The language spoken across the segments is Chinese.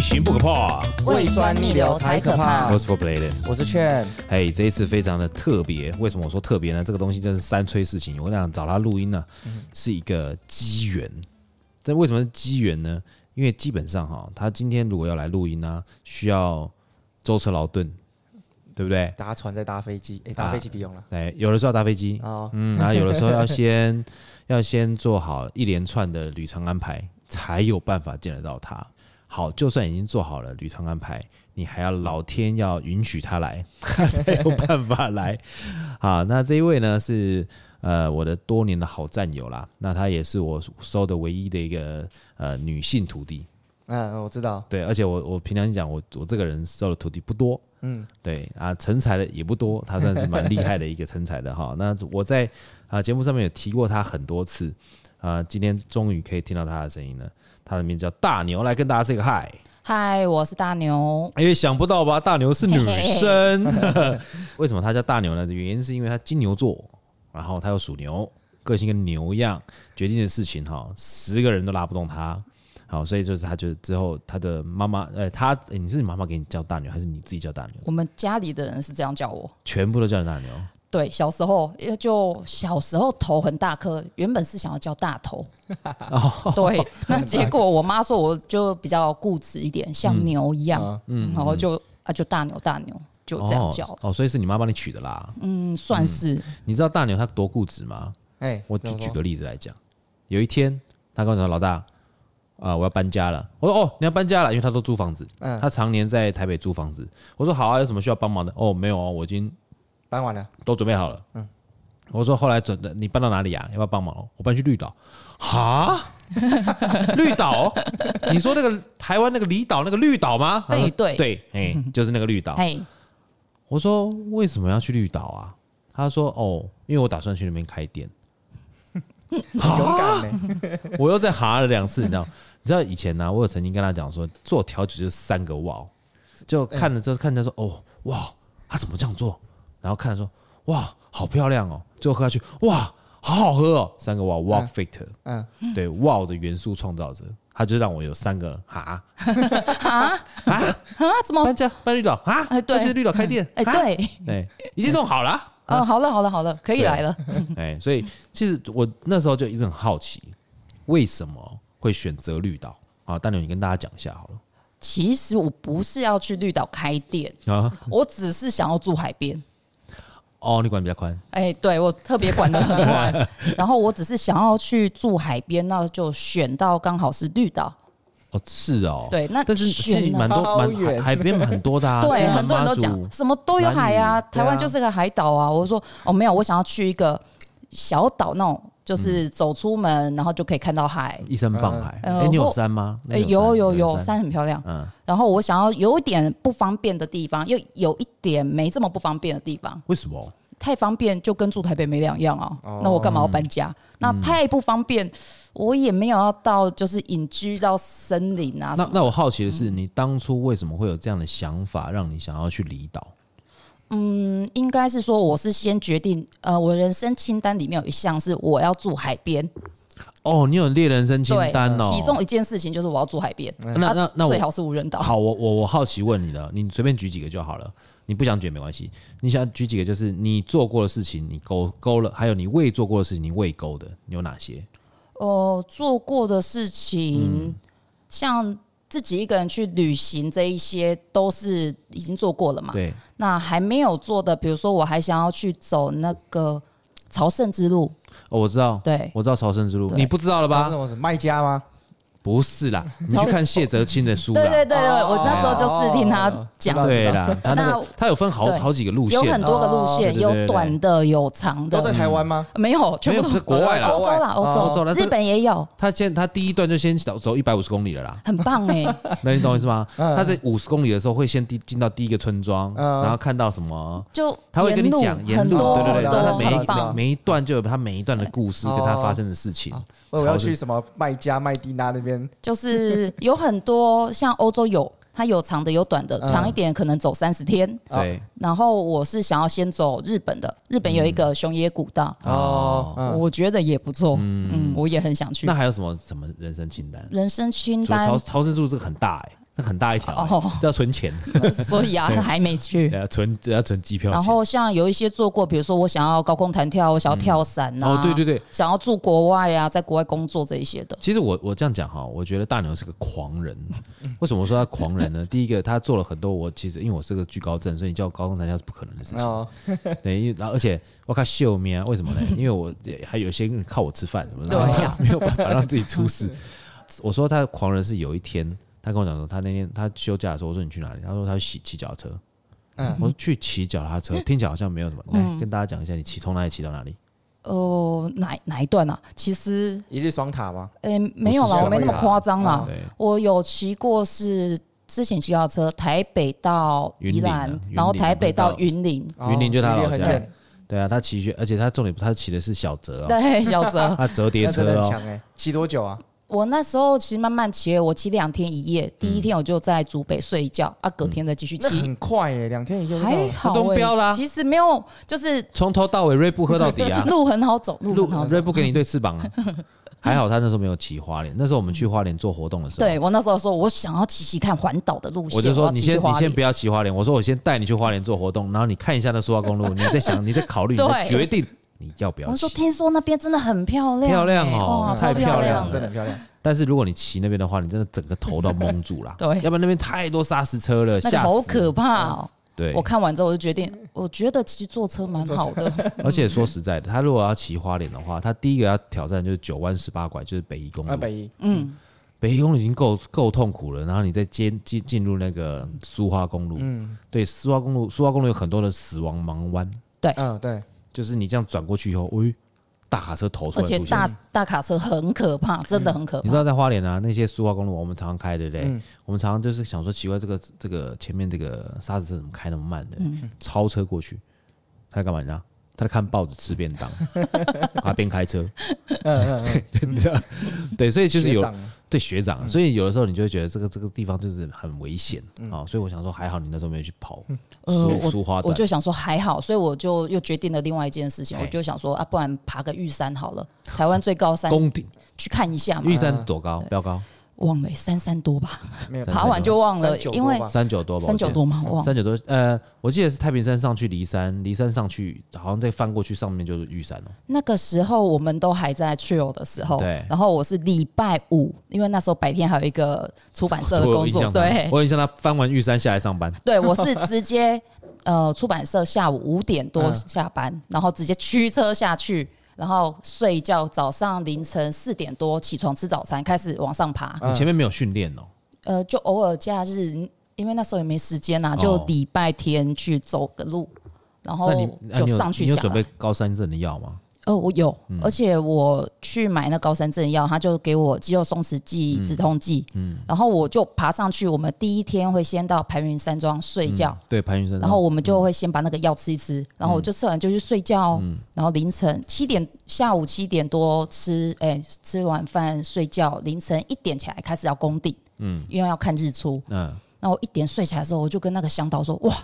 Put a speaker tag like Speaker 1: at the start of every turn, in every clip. Speaker 1: 行不可怕。
Speaker 2: 胃酸逆流才可怕
Speaker 1: 我。是 For Play 的，
Speaker 2: 我是劝，
Speaker 1: 嘿、这一次非常的特别。为什么我说特别呢？这个东西真是三催四请。我想找他录音呢、是一个机缘。但为什么是机缘呢？因为基本上哈，他今天如果要来录音呢、啊需要舟车劳顿，对不对？
Speaker 2: 搭船再搭飞机，哎、搭飞机不用了。
Speaker 1: 哎，有的时候要搭飞机，
Speaker 2: 哦，
Speaker 1: 啊嗯，然后有的时候要先要先做好一连串的旅程安排，才有办法见得到他。好，就算已经做好了旅程安排，你还要老天要允许他来， 他才有办法来。好，那这一位呢是呃我的多年的好战友啦，那她也是我收的唯一的一个呃女性徒弟。
Speaker 2: 嗯，我知道，
Speaker 1: 对，而且我我平常讲，我我这个人收的徒弟不多，
Speaker 2: 嗯，
Speaker 1: 对啊，成才的也不多，他算是蛮厉害的一个成才的哈。那我在啊节目上面有提过他很多次，啊，今天终于可以听到他的声音了。他的名字叫大牛，来跟大家 say 个 hi。
Speaker 3: 嗨，我是大牛。
Speaker 1: 因为哎想不到吧，大牛是女
Speaker 3: 嘿嘿
Speaker 1: 生， 为什么她叫大牛呢？原因是因为她金牛座，然后她又属牛，个性跟牛一样，决定的事情哈，十个人都拉不动她。好，所以就是她就之后她的妈妈，呃，她、诶你是你妈妈给你叫大牛，还是你自己叫大牛？
Speaker 3: 我们家里的人是这样叫我。
Speaker 1: 全部都叫你大牛。
Speaker 3: 对，小时候因为就小时候头很大颗，原本是想要叫大 头。 对，那结果我妈说我就比较固执一点，像牛一样，嗯，然后就啊就大牛大牛就这样叫
Speaker 1: 哦，哦，所以是你妈帮你取的啦。
Speaker 3: 嗯，算是
Speaker 1: 你知道大牛他多固执吗？
Speaker 2: 哎、
Speaker 1: 我
Speaker 2: 怎
Speaker 1: 举
Speaker 2: 么
Speaker 1: 举
Speaker 2: 说
Speaker 1: 个例子来讲，有一天他跟我说：“老大，啊、我要搬家了。”我说：“哦，你要搬家了？”因为他都租房子，
Speaker 2: 嗯
Speaker 1: 他常年在台北租房子。我说：“好啊，有什么需要帮忙的？”哦，没有哦，我已经
Speaker 2: 搬完了，
Speaker 1: 都准备好了。嗯，我说：“后来准你搬到哪里啊？要不要帮忙？”我搬去绿岛。哈， 绿岛？你说那个台湾那个离岛那个绿岛吗？
Speaker 3: 对
Speaker 1: 他说
Speaker 3: 对
Speaker 1: 对， 哎、就是那个绿岛。
Speaker 3: 嘿，
Speaker 1: 我说为什么要去绿岛啊？他说哦，因为我打算去那边开店。
Speaker 2: 勇敢呢、
Speaker 1: 我又再哈了两次，你知道？你知道以前呢、我有曾经跟他讲说，做调酒就是三个哇哦，就
Speaker 2: 哎
Speaker 1: 看了之后看人家说哦哇，他怎么这样做？然后看了说哇，好漂亮哦，最后喝下去哇，好好喝哦，三个哇哇 factor，
Speaker 2: 嗯
Speaker 1: 对哇哦的元素创造者，他就让我有三个哈
Speaker 3: 啊怎么
Speaker 1: 搬？家搬绿岛哈，
Speaker 3: 哎对
Speaker 1: 搬去绿岛开店，
Speaker 3: 哎，
Speaker 1: 哈
Speaker 3: 对，
Speaker 1: 对，已经弄好了。啊
Speaker 3: 嗯，好了好了好了，可以来了。
Speaker 1: 哎，所以其实我那时候就一直很好奇，为什么会选择绿岛啊？大牛，你跟大家讲一下好了
Speaker 3: 其实我不是要去绿岛开店，
Speaker 1: 啊。
Speaker 3: 我只是想要住海边。
Speaker 1: 哦，你管比较宽，
Speaker 3: 哎、对我特别管 得很宽，然后我只是想要去住海边，那就选到刚好是绿岛，
Speaker 1: 哦，是哦，
Speaker 3: 对那
Speaker 1: 但是
Speaker 3: 选
Speaker 1: 其实蛮多
Speaker 2: 超
Speaker 1: 蛮海
Speaker 2: 远
Speaker 1: 海边很多的、啊，
Speaker 3: 对，
Speaker 1: 金门
Speaker 3: 很多人都
Speaker 1: 马祖
Speaker 3: 讲什么都有海啊，
Speaker 1: 南屿
Speaker 3: 台湾就是个海岛啊。我说哦，没有，我想要去一个小岛那种，
Speaker 1: 嗯
Speaker 3: 就是走出门、然后就可以看到海。
Speaker 1: 一身棒海。哎、
Speaker 3: 呃
Speaker 1: 你有
Speaker 3: 或
Speaker 1: 山吗？
Speaker 3: 哎、
Speaker 1: 你
Speaker 3: 有有
Speaker 1: 有
Speaker 3: 有，山很漂亮。
Speaker 1: 嗯，
Speaker 3: 然后我想要有一点不方便的地方，又有一点没这么不方便的地方。
Speaker 1: 为什么？
Speaker 3: 太方便就跟住台北没两样啊，
Speaker 2: 哦
Speaker 3: 那我干嘛要搬家？那
Speaker 1: 嗯
Speaker 3: 太不方便，我也没有要到就是隐居到森林啊什
Speaker 1: 那
Speaker 3: 么。
Speaker 1: 那我好奇的是，你当初为什么会有这样的想法，让你想要去离岛？
Speaker 3: 嗯，应该是说我是先决定，呃，我人生清单里面有一项是我要住海边，
Speaker 1: 哦，你有猎人生清
Speaker 3: 对，
Speaker 1: 单哦，
Speaker 3: 其中一件事情就是我要住海边，
Speaker 1: 那那那我
Speaker 3: 最好是无人岛。
Speaker 1: 好，我我我好奇问你了，你随便举几个就好了，你不想举也没关系。你想举几个，就是你做过的事情，你勾勾了，还有你未做过的事情，你未勾的，你有哪些？
Speaker 3: 哦，做过的事情，
Speaker 1: 嗯
Speaker 3: 像自己一个人去旅行这一些都是已经做过了嘛，
Speaker 1: 对，
Speaker 3: 那还没有做的，比如说我还想要去走那个朝圣之路，
Speaker 1: 哦，我知道，
Speaker 3: 对，
Speaker 1: 我知道朝圣之路，
Speaker 3: 对
Speaker 1: 你不知道了
Speaker 2: 吧？是
Speaker 1: 吧？
Speaker 2: 我是卖家吗？
Speaker 1: 不是 啦，你去看谢哲青的书
Speaker 3: 对对
Speaker 1: 啦。
Speaker 3: 对对，
Speaker 2: 哦
Speaker 3: 我那时候就是听他讲，
Speaker 2: 哦哦哦
Speaker 1: 对啦，他那个
Speaker 3: 那
Speaker 1: 他有分好
Speaker 3: 对
Speaker 1: 好几个路
Speaker 3: 有很
Speaker 1: 线，
Speaker 3: 多个路
Speaker 1: 哦对
Speaker 3: 线，
Speaker 1: 对对对
Speaker 3: 有短的，有长
Speaker 2: 都在
Speaker 3: 的，
Speaker 2: 台湾吗？
Speaker 3: 没有，
Speaker 1: 没
Speaker 3: 全
Speaker 1: 有
Speaker 3: 部
Speaker 1: 是
Speaker 3: 都
Speaker 1: 国外啦
Speaker 2: 哦。
Speaker 3: 欧洲啦，
Speaker 2: 国外
Speaker 3: 欧
Speaker 1: 欧洲
Speaker 3: 洲
Speaker 1: 啦，这
Speaker 3: 日本也有，
Speaker 1: 他先他第一段就先走走一百五十公里了 啦，
Speaker 3: 很棒 哎，
Speaker 1: 那你懂我意思吗？
Speaker 3: 嗯
Speaker 1: 他在五十公里的时候会先第进到第一个村庄，
Speaker 2: 嗯
Speaker 1: 然后看到什么
Speaker 3: 就
Speaker 1: 他会跟你讲沿
Speaker 3: 很
Speaker 1: 路，
Speaker 3: 多
Speaker 1: 对对对，
Speaker 3: 很
Speaker 1: 然后他
Speaker 3: 多
Speaker 1: 每
Speaker 2: 对对
Speaker 1: 一每
Speaker 2: 对
Speaker 3: 很棒，
Speaker 1: 每一段就有他每一段的故事跟他
Speaker 2: 哦
Speaker 1: 发生的事情。
Speaker 2: 我以为要
Speaker 1: 朝圣
Speaker 2: 去什么卖家、麦地那那边，
Speaker 3: 就是有很多像欧洲有。它有长的有短的，
Speaker 2: 嗯
Speaker 3: 长一点可能走三十天。
Speaker 2: 哦
Speaker 1: 对
Speaker 3: 然后我是想要先走日本的，日本有
Speaker 1: 嗯
Speaker 3: 一个熊野古道，
Speaker 2: 哦，嗯
Speaker 3: 我觉得也不错，嗯我也很想去
Speaker 1: 那。还有什么什么人生清单？
Speaker 3: 人生清
Speaker 1: 除了朝
Speaker 3: 单，
Speaker 1: 朝圣之路这个很大哎，那很大一条、欸
Speaker 3: 哦，
Speaker 1: 这要存钱，
Speaker 3: 所以啊，他还没去。
Speaker 1: 对啊，存只要存机票钱。
Speaker 3: 然后像有一些做过，比如说我想要高空弹跳，我想要跳伞呐、
Speaker 1: 哦，对对，对，
Speaker 3: 想要住国外啊，在国外工作这一些的。
Speaker 1: 其实我我这样讲哈，我觉得大牛是个狂人。为什么说他狂人呢？ 第一个，他做了很多我其实因为我是个惧高症，所以你叫我高空弹跳是不可能的事情。
Speaker 2: 哦，
Speaker 1: 对，因为然后而且我靠秀面啊，为 什么呢？因为我也还有些人靠我吃饭什么的，
Speaker 3: 对啊呀
Speaker 1: 没有办法让自己出 事。我说他的狂人是有一天，他跟我讲说，他那天他休假的时候，我说你去哪里？他说他去骑骑脚踏车。
Speaker 2: 嗯
Speaker 1: 我说去骑脚踏
Speaker 3: 嗯
Speaker 1: 车，听起来好像没有什么。来、跟大家讲一下，你骑从哪里骑到哪里？
Speaker 3: 呃，哪哪一段啊？其实，
Speaker 2: 一日双塔吗？
Speaker 3: 诶、没有
Speaker 1: 不是
Speaker 3: 啦，
Speaker 1: 双
Speaker 3: 我没那么
Speaker 2: 塔
Speaker 3: 夸张
Speaker 2: 哦
Speaker 3: 啦。
Speaker 1: 对，
Speaker 3: 我有骑过是之前骑脚踏车，台北到宜兰，
Speaker 1: 云林啊
Speaker 3: 然后
Speaker 1: 云林
Speaker 3: 台北到
Speaker 1: 不是
Speaker 3: 云林，
Speaker 1: 云林就他老
Speaker 2: 哦云林很
Speaker 1: 家
Speaker 2: 远，
Speaker 1: 对啊，他骑去，而且他重点他骑的是小折哦，
Speaker 3: 对，小泽。
Speaker 1: 他折叠
Speaker 2: 那真的
Speaker 1: 车
Speaker 2: 很
Speaker 1: 哦，
Speaker 2: 强哎，骑多久啊？
Speaker 3: 我那时候其实慢慢骑，我骑两天一夜，第一天我就在竹北睡一觉，啊，隔天再继续
Speaker 2: 那
Speaker 3: 骑，
Speaker 2: 很快哎，两天一个就到
Speaker 3: 还
Speaker 2: 了。
Speaker 3: 好、
Speaker 1: 嗯那都飙啦
Speaker 3: 欸。其实没有，就是，
Speaker 1: 从头到尾锐步喝到底啊
Speaker 3: 路很好走，路
Speaker 1: 路
Speaker 3: 很好走
Speaker 1: 锐。步给你一对翅膀啊。 还好他那时候没有骑花莲，那时候我们去花莲做活动的时候，
Speaker 3: 对我那时候说，我想要骑骑看环岛的路线，
Speaker 1: 我就
Speaker 3: 我
Speaker 1: 说
Speaker 3: 要
Speaker 1: 你
Speaker 3: 骑去
Speaker 1: 先你
Speaker 3: 花
Speaker 1: 先
Speaker 3: 莲
Speaker 1: 不要骑花莲，我说我先带你去花莲做活动，然后你看一下那苏花公路，你再 想，你再考虑，你再
Speaker 3: 对
Speaker 1: 决定你要不要
Speaker 3: 我说
Speaker 1: 骑。
Speaker 3: 听说那边真的很漂亮欸、
Speaker 1: 漂亮哦
Speaker 3: 哇，
Speaker 1: 太
Speaker 3: 超
Speaker 1: 漂亮
Speaker 3: 亮
Speaker 1: 了
Speaker 2: 真的
Speaker 3: 的。
Speaker 2: 很漂亮。
Speaker 1: 但是如果你骑那边的话，你真的整个头都蒙住了，
Speaker 3: 对
Speaker 1: 要不然那边太多砂石车了，
Speaker 3: 那个
Speaker 1: 吓
Speaker 3: 好
Speaker 1: 死
Speaker 3: 可怕哦！
Speaker 1: 对
Speaker 3: 我，看完之后我就决定，我觉得其实坐车蛮好的。
Speaker 1: 而且说实在的，他如果要骑花莲的话，他第一个要挑战就是九弯十八拐，就是北宜公
Speaker 2: 啊，
Speaker 1: 路。
Speaker 2: 北一
Speaker 3: 嗯，
Speaker 1: 北宜公路已经够够痛苦了，然后你再接进进入那个苏花公路，
Speaker 2: 嗯
Speaker 1: 对，苏花公路，苏花公路有很多的死亡盲弯，
Speaker 2: 嗯，对，
Speaker 1: 就是你这样转过去以后，喂、大卡车头出
Speaker 3: 而
Speaker 1: 来
Speaker 3: 且
Speaker 1: 出现
Speaker 3: 大。大卡车很可怕，真的很可
Speaker 1: 你知道
Speaker 3: 怕。
Speaker 1: 在花莲啊，那些苏花公路我们常常开，对不对？
Speaker 2: 嗯
Speaker 1: 我们常常就是想说，奇怪，这个这个前面这个沙子车怎么开那么慢的？
Speaker 3: 嗯
Speaker 1: 超车过去，他在干嘛？你知道？他在看报纸吃便当， 他边开车，
Speaker 3: 嗯
Speaker 1: 你知道？对，所以就是
Speaker 2: 学
Speaker 1: 有
Speaker 2: 长
Speaker 1: 对学
Speaker 3: 嗯
Speaker 1: 长，所以有的时候你就会觉得这个这个地方就是很危险啊、所以我想说，还好你那时候没有去跑
Speaker 3: 嗯呃
Speaker 1: 苏苏花
Speaker 3: 我
Speaker 1: 段，
Speaker 3: 就想说还好，所以我就又决定了另外一件事情，
Speaker 1: 哎
Speaker 3: 我就想说啊，不然爬个玉山好了，台湾最高山
Speaker 1: 宫顶
Speaker 3: 去看一下嘛
Speaker 1: 玉。山多
Speaker 3: 嗯
Speaker 1: 高？标高
Speaker 3: 忘了三三多吧，
Speaker 2: 没有
Speaker 1: 三
Speaker 3: 爬完就忘了，
Speaker 2: 39
Speaker 3: 因为
Speaker 2: 多吧
Speaker 1: 三九多吧？
Speaker 3: 三九多嘛，我忘了。
Speaker 1: 三九多，呃，我记得是太平山上去骊山，骊山上去，好像再翻过去上面就是玉山哦了、
Speaker 3: 那个时候我们都还在 trail 的时候，
Speaker 1: 对
Speaker 3: 然后我是礼拜五，因为那时候白天还有一个出版社的
Speaker 1: 我有
Speaker 3: 工
Speaker 1: 印
Speaker 3: 作，
Speaker 1: 象他，
Speaker 3: 对
Speaker 1: 我有印象他翻完玉山下来上班，
Speaker 3: 对，我是直接 呃出版社下午五点多
Speaker 2: 嗯
Speaker 3: 下班，然后直接驱车下去，然后睡觉，早上凌晨四点多起床吃早餐，开始往上爬，
Speaker 1: 你前面没有训练哦，
Speaker 3: 呃，就偶尔假日，因为那时候也没时间啦，就
Speaker 1: 哦
Speaker 3: 礼拜天去走个路，然后
Speaker 1: 那你那
Speaker 3: 哦就
Speaker 1: 你有
Speaker 3: 上去
Speaker 1: 你有
Speaker 3: 下
Speaker 1: 准
Speaker 3: 来
Speaker 1: 备。高山症的药吗？
Speaker 3: 哦，我有，而且我去买那高山症药，他就给我肌肉松弛剂、止痛剂，然后我就爬上去。我们第一天会先到盘云山庄睡觉，
Speaker 1: 嗯对，潘云山，
Speaker 3: 然后我们就会先把那个药吃一吃，然后我就吃完就去睡觉哦，然后凌晨七点，下午七点多吃，哎、吃完饭睡觉，凌晨一点起来开始要攻顶，嗯，因为要看日出，
Speaker 1: 嗯，
Speaker 3: 那我一点睡起来的时候，我就跟那个向导说，哇，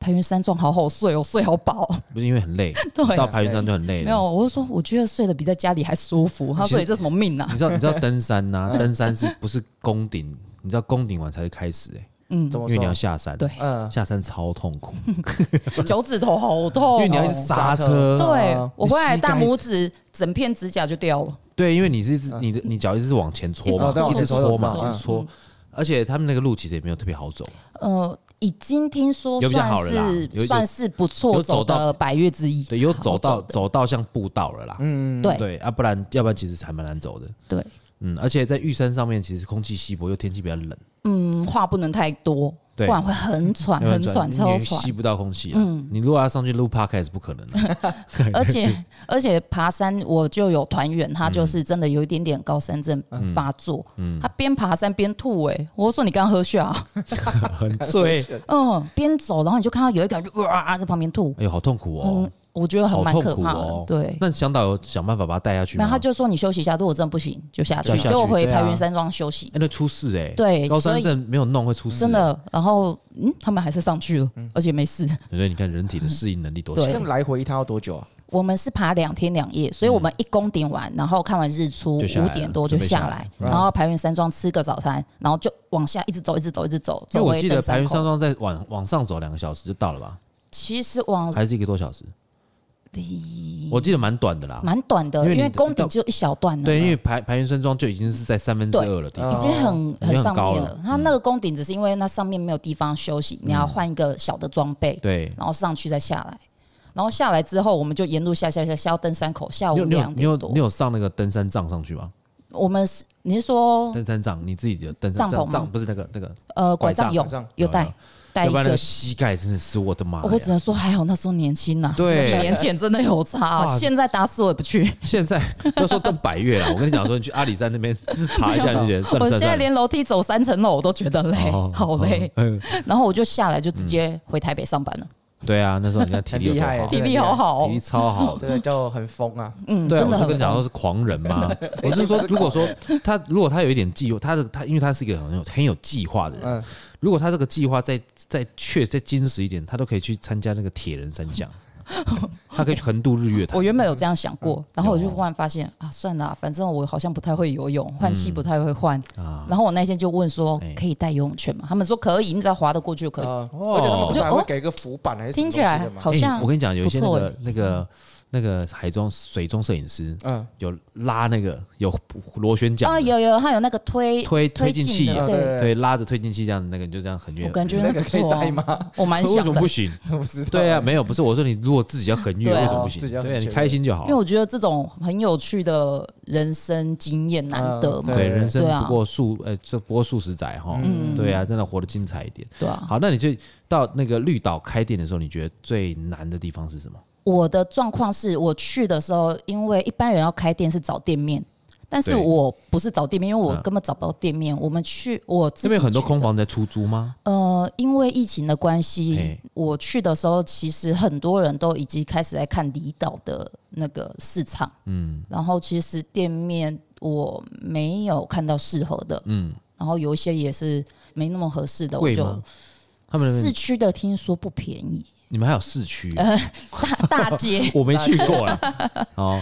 Speaker 3: 盘云山庄好好睡哦，睡好饱哦，
Speaker 1: 不是因为很累，
Speaker 3: 对啊
Speaker 1: 到。盘云山就很累
Speaker 3: 没有，
Speaker 1: 了。
Speaker 3: 我就说，我觉得睡得比在家里还舒服。
Speaker 1: 嗯
Speaker 3: 他
Speaker 1: 其
Speaker 3: 说
Speaker 1: 实
Speaker 3: 你这什么命啊
Speaker 1: 你？知道你知道登山 呐、
Speaker 3: 嗯
Speaker 1: 登山是不是攻顶？你知道攻顶完才会开始哎、
Speaker 3: 嗯
Speaker 2: 怎，么
Speaker 1: 因为你要
Speaker 2: 说？
Speaker 1: 下山，
Speaker 3: 对，
Speaker 2: 嗯，
Speaker 1: 下山超痛苦，
Speaker 3: 脚趾头好痛哦。
Speaker 1: 因为你要一直刹车，
Speaker 3: 对
Speaker 2: 哦
Speaker 3: 我回来
Speaker 1: 你膝盖
Speaker 3: 大拇指整片指甲就掉了。
Speaker 1: 对，因为你是一直你的你脚一直是往前搓
Speaker 2: 一直
Speaker 1: 嘛，
Speaker 2: 搓
Speaker 1: 一直搓嘛，
Speaker 2: 搓搓
Speaker 1: 一直搓，而且他们那个路其实也没有特别好走，
Speaker 3: 呃，已经听说
Speaker 1: 有比较好
Speaker 3: 算
Speaker 1: 了啦有有
Speaker 3: 是算是不
Speaker 1: 有
Speaker 3: 错
Speaker 1: 走
Speaker 3: 走
Speaker 1: 到
Speaker 3: 的百越之一。
Speaker 1: 对，有
Speaker 3: 好
Speaker 1: 走到
Speaker 3: 的
Speaker 1: 走到像步道了啦，
Speaker 2: 嗯，
Speaker 3: 对
Speaker 1: 对啊，不然要不然其实还蛮难走的，
Speaker 3: 对，
Speaker 1: 嗯，而且在玉山上面其实空气稀薄，又天气比较冷，
Speaker 3: 嗯，话不能太多，不
Speaker 1: 对
Speaker 3: 然会很喘，
Speaker 1: 要不然
Speaker 3: 啊很喘，
Speaker 1: 你
Speaker 3: 超
Speaker 1: 你
Speaker 3: 喘
Speaker 1: 吸。不到空气，嗯，你如果要上去录 podcast 是不可能啊的，
Speaker 3: 而且 而且爬山，我就有团员，他
Speaker 1: 嗯
Speaker 3: 就是真的有一点点高山症发作，他边爬山边吐，哎，我说你刚刚喝血啊，
Speaker 1: 很醉，
Speaker 3: 嗯，边走，然后你就看到有一个人就哇在旁边吐，
Speaker 1: 哎呦，好痛苦哦
Speaker 3: 嗯，，我觉得很
Speaker 1: 好
Speaker 3: 蛮
Speaker 1: 痛
Speaker 3: 可
Speaker 1: 苦
Speaker 3: 怕的
Speaker 1: 哦，，
Speaker 3: 对。
Speaker 1: 那向导有想办法把他带下去
Speaker 3: 然后
Speaker 1: 吗
Speaker 3: 他？就说你休息一下，如果真的不行就下
Speaker 1: 就
Speaker 3: 去，
Speaker 1: 下去
Speaker 3: 就回
Speaker 1: 对啊
Speaker 3: 排云山庄休息。
Speaker 1: 哎，那出事哎，
Speaker 3: 对
Speaker 1: 高
Speaker 3: 所
Speaker 1: 山
Speaker 3: 以
Speaker 1: 症没有弄会出事，欸
Speaker 3: 真，的，然后嗯嗯，他们还是上去了，而且没事。
Speaker 1: 所以你看人体的适应能力多
Speaker 3: 对
Speaker 1: 强
Speaker 2: 这。样来回一趟要多久啊？
Speaker 3: 我们是爬两天两夜，所以我
Speaker 1: 嗯
Speaker 3: 们一宫顶完，然后看完日出，
Speaker 1: 就下来
Speaker 3: 五
Speaker 1: 了
Speaker 3: 点多就
Speaker 1: 准备下
Speaker 3: 下
Speaker 1: 来
Speaker 3: 来，
Speaker 2: 嗯
Speaker 3: 然后排云山庄吃个早餐，然后就往下一直走，一直走，一直走，
Speaker 1: 因为
Speaker 3: 走
Speaker 1: 我
Speaker 3: 回
Speaker 1: 记得
Speaker 3: 登
Speaker 1: 白
Speaker 3: 山
Speaker 1: 云山
Speaker 3: 口。
Speaker 1: 庄再往往上走两个小时就到了吧，
Speaker 3: 其实往
Speaker 1: 还是一个多小时？我记得蛮短的啦。
Speaker 3: 蛮短的，
Speaker 1: 因为你
Speaker 3: 因为宫
Speaker 1: 到
Speaker 3: 顶只有一小段呢，
Speaker 1: 对，因为排排云山庄就已经是在三分之二了地
Speaker 2: 对
Speaker 1: 方
Speaker 3: 已经很
Speaker 1: 哦已经很
Speaker 3: 很上
Speaker 1: 高
Speaker 3: 面
Speaker 1: 了嗯
Speaker 3: 了。它那个宫顶只是因为那上面没有地方休息，你要换一个小的装备，
Speaker 1: 对，
Speaker 3: 然后上去再下来，然后下来之后我们就沿路下下下下到登山口，下
Speaker 1: 你有
Speaker 3: 午
Speaker 1: 你有
Speaker 3: 哦两
Speaker 1: 你有
Speaker 3: 点多
Speaker 1: 你。有上那个登山杖上去吗？
Speaker 3: 我们是你是说
Speaker 1: 登山杖，你自己的登山
Speaker 3: 帐篷
Speaker 1: 杖
Speaker 3: 吗
Speaker 1: 杖不是那个那个，
Speaker 3: 呃
Speaker 1: 拐
Speaker 3: 拐
Speaker 1: 杖
Speaker 3: 杖有
Speaker 2: 拐杖
Speaker 3: 有带
Speaker 1: 有
Speaker 3: 带
Speaker 1: 要
Speaker 3: 一
Speaker 1: 不然那个
Speaker 3: 个
Speaker 1: 膝盖真的是我的妈
Speaker 3: 我
Speaker 1: 呀！
Speaker 3: 只能说还好那时候年轻呐、
Speaker 1: 对
Speaker 3: 十几年前真的有差、啊
Speaker 1: 哇
Speaker 3: 现在打死我也不去。
Speaker 1: 现在不要说登百越了，我跟你讲说，你去阿里山那 边爬一下你就觉得算
Speaker 3: 我
Speaker 1: 了
Speaker 3: 现在
Speaker 1: 算了
Speaker 3: 连楼梯走三层楼我都觉得累，
Speaker 1: 算了，
Speaker 3: 好累、
Speaker 1: 嗯，
Speaker 3: 然后我就下来就直接回台北上班了，
Speaker 1: 对啊，那时候人家体力有
Speaker 2: 很厉
Speaker 1: 多
Speaker 2: 害
Speaker 1: 好，
Speaker 2: 对
Speaker 3: 体力好好哦、
Speaker 1: 体力超 好，
Speaker 2: 这个就很疯啊，
Speaker 3: 嗯，
Speaker 1: 啊对啊，
Speaker 3: 真
Speaker 1: 我
Speaker 3: 的
Speaker 1: 就
Speaker 3: 很
Speaker 1: 跟你讲
Speaker 3: 疯
Speaker 1: 说是狂人 嘛，我是说，如果说他如果他有一点计划，他的他因为他是一个很有很有计划的人，
Speaker 2: 嗯，
Speaker 1: 如果他这个计划再再确再坚实一点，他都可以去参加那个铁人三 项，他可以去横渡日月潭
Speaker 3: 我。原本有这样想过，然后我就
Speaker 1: 有哦嗯
Speaker 3: 忽然发现啊，算了啊，反正我好像不太会游泳，换气不太会换。然后我那天就问说
Speaker 1: 啊哎，呃
Speaker 3: 可以带游泳圈吗？他们说可以，你只要划得过去就可以。
Speaker 2: 哦，而且他们不是还会给一个浮板还是什么
Speaker 3: 听
Speaker 2: 东
Speaker 3: 起
Speaker 2: 西
Speaker 3: 来
Speaker 2: 的吗？
Speaker 3: 好像、
Speaker 1: 欸我跟你讲，有一些那
Speaker 3: 不
Speaker 1: 个
Speaker 3: 错
Speaker 1: 那个那个海中水中摄影师
Speaker 2: 嗯，
Speaker 1: 有拉那个有螺旋桨
Speaker 3: 啊，
Speaker 1: 的
Speaker 3: 有有，他有那个推
Speaker 1: 推推进器
Speaker 3: 进
Speaker 1: 啊
Speaker 3: 的，
Speaker 2: 啊
Speaker 3: 对，
Speaker 1: 对，拉着推进器这样的那个，你就这样很远。
Speaker 3: 我感觉
Speaker 2: 那
Speaker 3: 那
Speaker 2: 个
Speaker 3: 不
Speaker 2: 可以
Speaker 3: 错、
Speaker 2: 带
Speaker 3: 啊，
Speaker 2: 吗？
Speaker 3: 我蛮
Speaker 1: 为什
Speaker 3: 想
Speaker 1: 么
Speaker 3: 的
Speaker 1: 不。行？
Speaker 2: 我不知道。
Speaker 1: 哦对啊，，没有，不是我说你如果自己要很远，
Speaker 3: 对啊
Speaker 1: 为什么不行？
Speaker 2: 自己要很
Speaker 1: 对啊，你
Speaker 2: 全
Speaker 1: 开心就好
Speaker 3: 因为。我觉得这种很有趣的人生经验难得嘛，
Speaker 2: 嗯
Speaker 1: 对，
Speaker 2: 对
Speaker 1: 人生
Speaker 3: 对啊
Speaker 1: 不过数，呃，这不过数十载哈。
Speaker 3: 嗯
Speaker 1: 对啊，真的活得精彩一点。
Speaker 3: 对啊。
Speaker 1: 好，那你就到那个绿岛开店的时候，你觉得最难的地方是什么？
Speaker 3: 我的状况是我去的时候，因为一般人要开店是找店面，但是
Speaker 1: 对
Speaker 3: 我不是找店面，因为我
Speaker 1: 嗯
Speaker 3: 根本找不到店面。我们去我自
Speaker 1: 这
Speaker 3: 己
Speaker 1: 边有很多
Speaker 3: 去
Speaker 1: 空房在出租吗？
Speaker 3: 呃，因为疫情的关系
Speaker 1: 嘿，
Speaker 3: 我去的时候，其实很多人都已经开始在看离岛的那个市场，嗯，然后其实店面我没有看到适合的，嗯，然后有一些也是没那么合适的，我
Speaker 1: 贵
Speaker 3: 就
Speaker 1: 吗？他们那
Speaker 3: 市
Speaker 1: 边
Speaker 3: 区呃的听说不便 宜，
Speaker 1: 你们还有市区？
Speaker 3: 大大街
Speaker 1: 我没去过 啦。哦，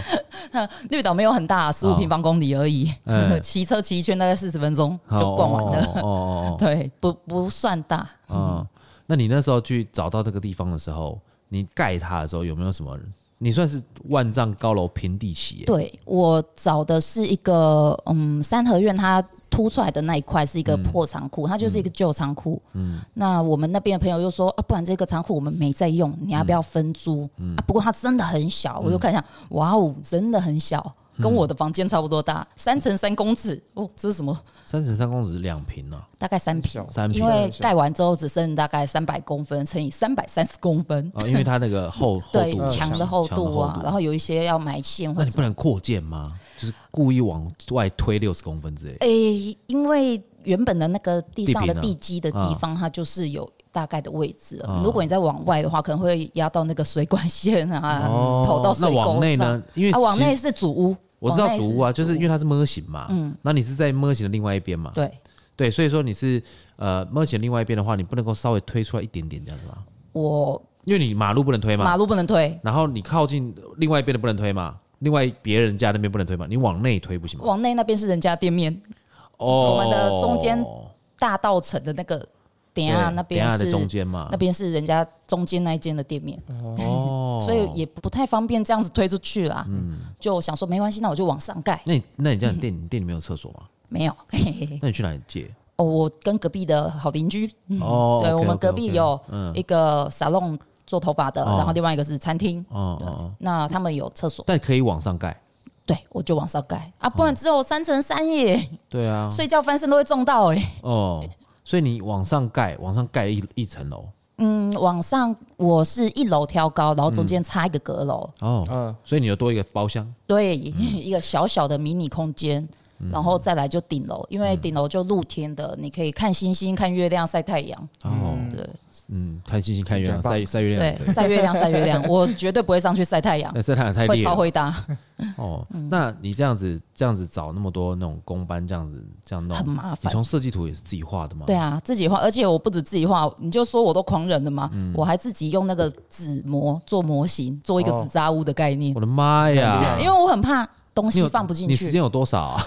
Speaker 3: 绿岛没有很 大，十五
Speaker 1: 哦
Speaker 3: 平方公里而已
Speaker 1: 嗯，
Speaker 3: 骑、车骑一圈大概四十分钟
Speaker 1: 好
Speaker 3: 就逛完了，
Speaker 1: 哦哦
Speaker 3: 对，不不算大，
Speaker 1: 哦哦哦，那你那时候去找到那个地方的时候，你盖它的时候有没有什么？你算是万丈高楼平地起耶，
Speaker 3: 对我找的是一个，嗯，三合院它凸出来的那一块是一个破仓库，它就是一个旧仓库。嗯，那我们那边的朋友又说啊，不然这个仓库我们没在用，你要不要分租？啊，不过它真的很小，我就看一下，哇哦，真的很小。跟我的房间差不多大，三乘三公尺哦，这是什么？
Speaker 1: 三十三公尺两平啊，
Speaker 3: 大概三
Speaker 2: 很
Speaker 3: 平
Speaker 2: 小，
Speaker 1: 三
Speaker 3: 因
Speaker 1: 平
Speaker 3: 为盖完之后只剩大概三百公分乘以三百三十公分，
Speaker 1: 哦，因为它那 个厚厚
Speaker 3: 对
Speaker 1: 度
Speaker 3: 墙的厚度啊，然后有一些要埋线或
Speaker 1: 那
Speaker 3: 者
Speaker 1: 你不能扩建吗？就是故意往外推六十公分之类。
Speaker 3: 诶、因为原本的那个地上的
Speaker 1: 地平啊
Speaker 3: 地基的地方，它就是有大概的位置了
Speaker 1: 啊
Speaker 3: 如果你再往外的话，可能会压到那个水管线啊，
Speaker 1: 哦
Speaker 3: 跑到
Speaker 1: 那
Speaker 3: 水
Speaker 1: 往
Speaker 3: 沟
Speaker 1: 内
Speaker 3: 上。
Speaker 1: 呢？因为
Speaker 3: 啊，往
Speaker 1: 其实
Speaker 3: 内是主屋，
Speaker 1: 我知道
Speaker 3: 往内
Speaker 1: 主屋啊，就是因为
Speaker 3: 主
Speaker 1: 它是模型嘛，嗯，那你是在模型的另外一边嘛，
Speaker 3: 对
Speaker 1: 对，所以说你是呃模型另外一边的话，你不能够稍微推出来一点点这样子嘛，
Speaker 3: 我
Speaker 1: 因为你马路不能推嘛
Speaker 3: 马，路不能推，
Speaker 1: 然后你靠近另外一边的不能推嘛，另外别人家那边不能推嘛，你往内推不行吗？
Speaker 3: 往内那边是人家店面，
Speaker 1: 哦
Speaker 3: 我们的中间大道城的那个等
Speaker 1: 对
Speaker 3: 下那
Speaker 1: 等
Speaker 3: 边
Speaker 1: 一下的
Speaker 3: 是
Speaker 1: 中间嘛
Speaker 3: 那，边是人家中间那一间的店面，
Speaker 1: 哦，
Speaker 3: 所以也不太方便这样子推出去啦。
Speaker 1: 嗯
Speaker 3: 就想说没关系，那我就往上盖，
Speaker 1: 那你那你这样
Speaker 3: 嗯
Speaker 1: 你店你店里面有厕所吗？
Speaker 3: 没有。嘿嘿嘿
Speaker 1: 那你去哪里借？
Speaker 3: 哦，我跟隔壁的好邻居，
Speaker 1: 哦
Speaker 3: 嗯对
Speaker 1: OK，
Speaker 3: 我们
Speaker 1: OK，
Speaker 3: 隔壁
Speaker 1: OK
Speaker 3: 有
Speaker 1: 嗯
Speaker 3: 一个 salon 做头发的，
Speaker 1: 哦
Speaker 3: 然后另外一个是餐厅，
Speaker 1: 哦哦哦，
Speaker 3: 那他们有厕所，
Speaker 1: 但可以往上盖，
Speaker 3: 对我就往上盖
Speaker 1: 哦
Speaker 3: 啊，不然只有三乘三耶，
Speaker 1: 对啊，
Speaker 3: 睡觉翻身都会中到哎。
Speaker 1: 哦，所以你往上盖，往上盖一一层楼，
Speaker 3: 嗯，往上我是一楼挑高，然后中间插一个阁楼，
Speaker 1: 哦，
Speaker 2: 嗯，
Speaker 1: 所以你又多一个包厢，
Speaker 3: 对，一个小小的迷你空间。
Speaker 1: 嗯
Speaker 3: 然后再来就顶楼，因为顶楼就露天的，你可以看星星、看月亮、晒太阳。
Speaker 1: 哦，
Speaker 3: 对
Speaker 1: 嗯，啊看星星，看月亮，
Speaker 2: 很棒
Speaker 1: 晒晒月亮，
Speaker 3: 对，晒月亮，晒月亮，我绝对不会上去晒太阳，
Speaker 1: 那晒太阳太
Speaker 3: 会
Speaker 1: 烈
Speaker 3: 超
Speaker 1: 了
Speaker 3: 会嗯搭，
Speaker 1: 哦。那你这样子这样子找那么多那种工班，这样子这样弄
Speaker 3: 很，麻
Speaker 1: 你
Speaker 3: 烦。
Speaker 1: 从设计图也是自己画的吗？
Speaker 3: 对，啊，自己画，而且我不止自己画，你就说我都狂人了嘛，我还自己用那个纸模做模型，做一个
Speaker 2: 哦
Speaker 3: 纸扎屋的概念
Speaker 1: 我，的妈呀！
Speaker 3: 啊因为我很怕东
Speaker 1: 你
Speaker 3: 西
Speaker 1: 有
Speaker 3: 放不进
Speaker 1: 你时
Speaker 3: 去
Speaker 1: 间有多少啊？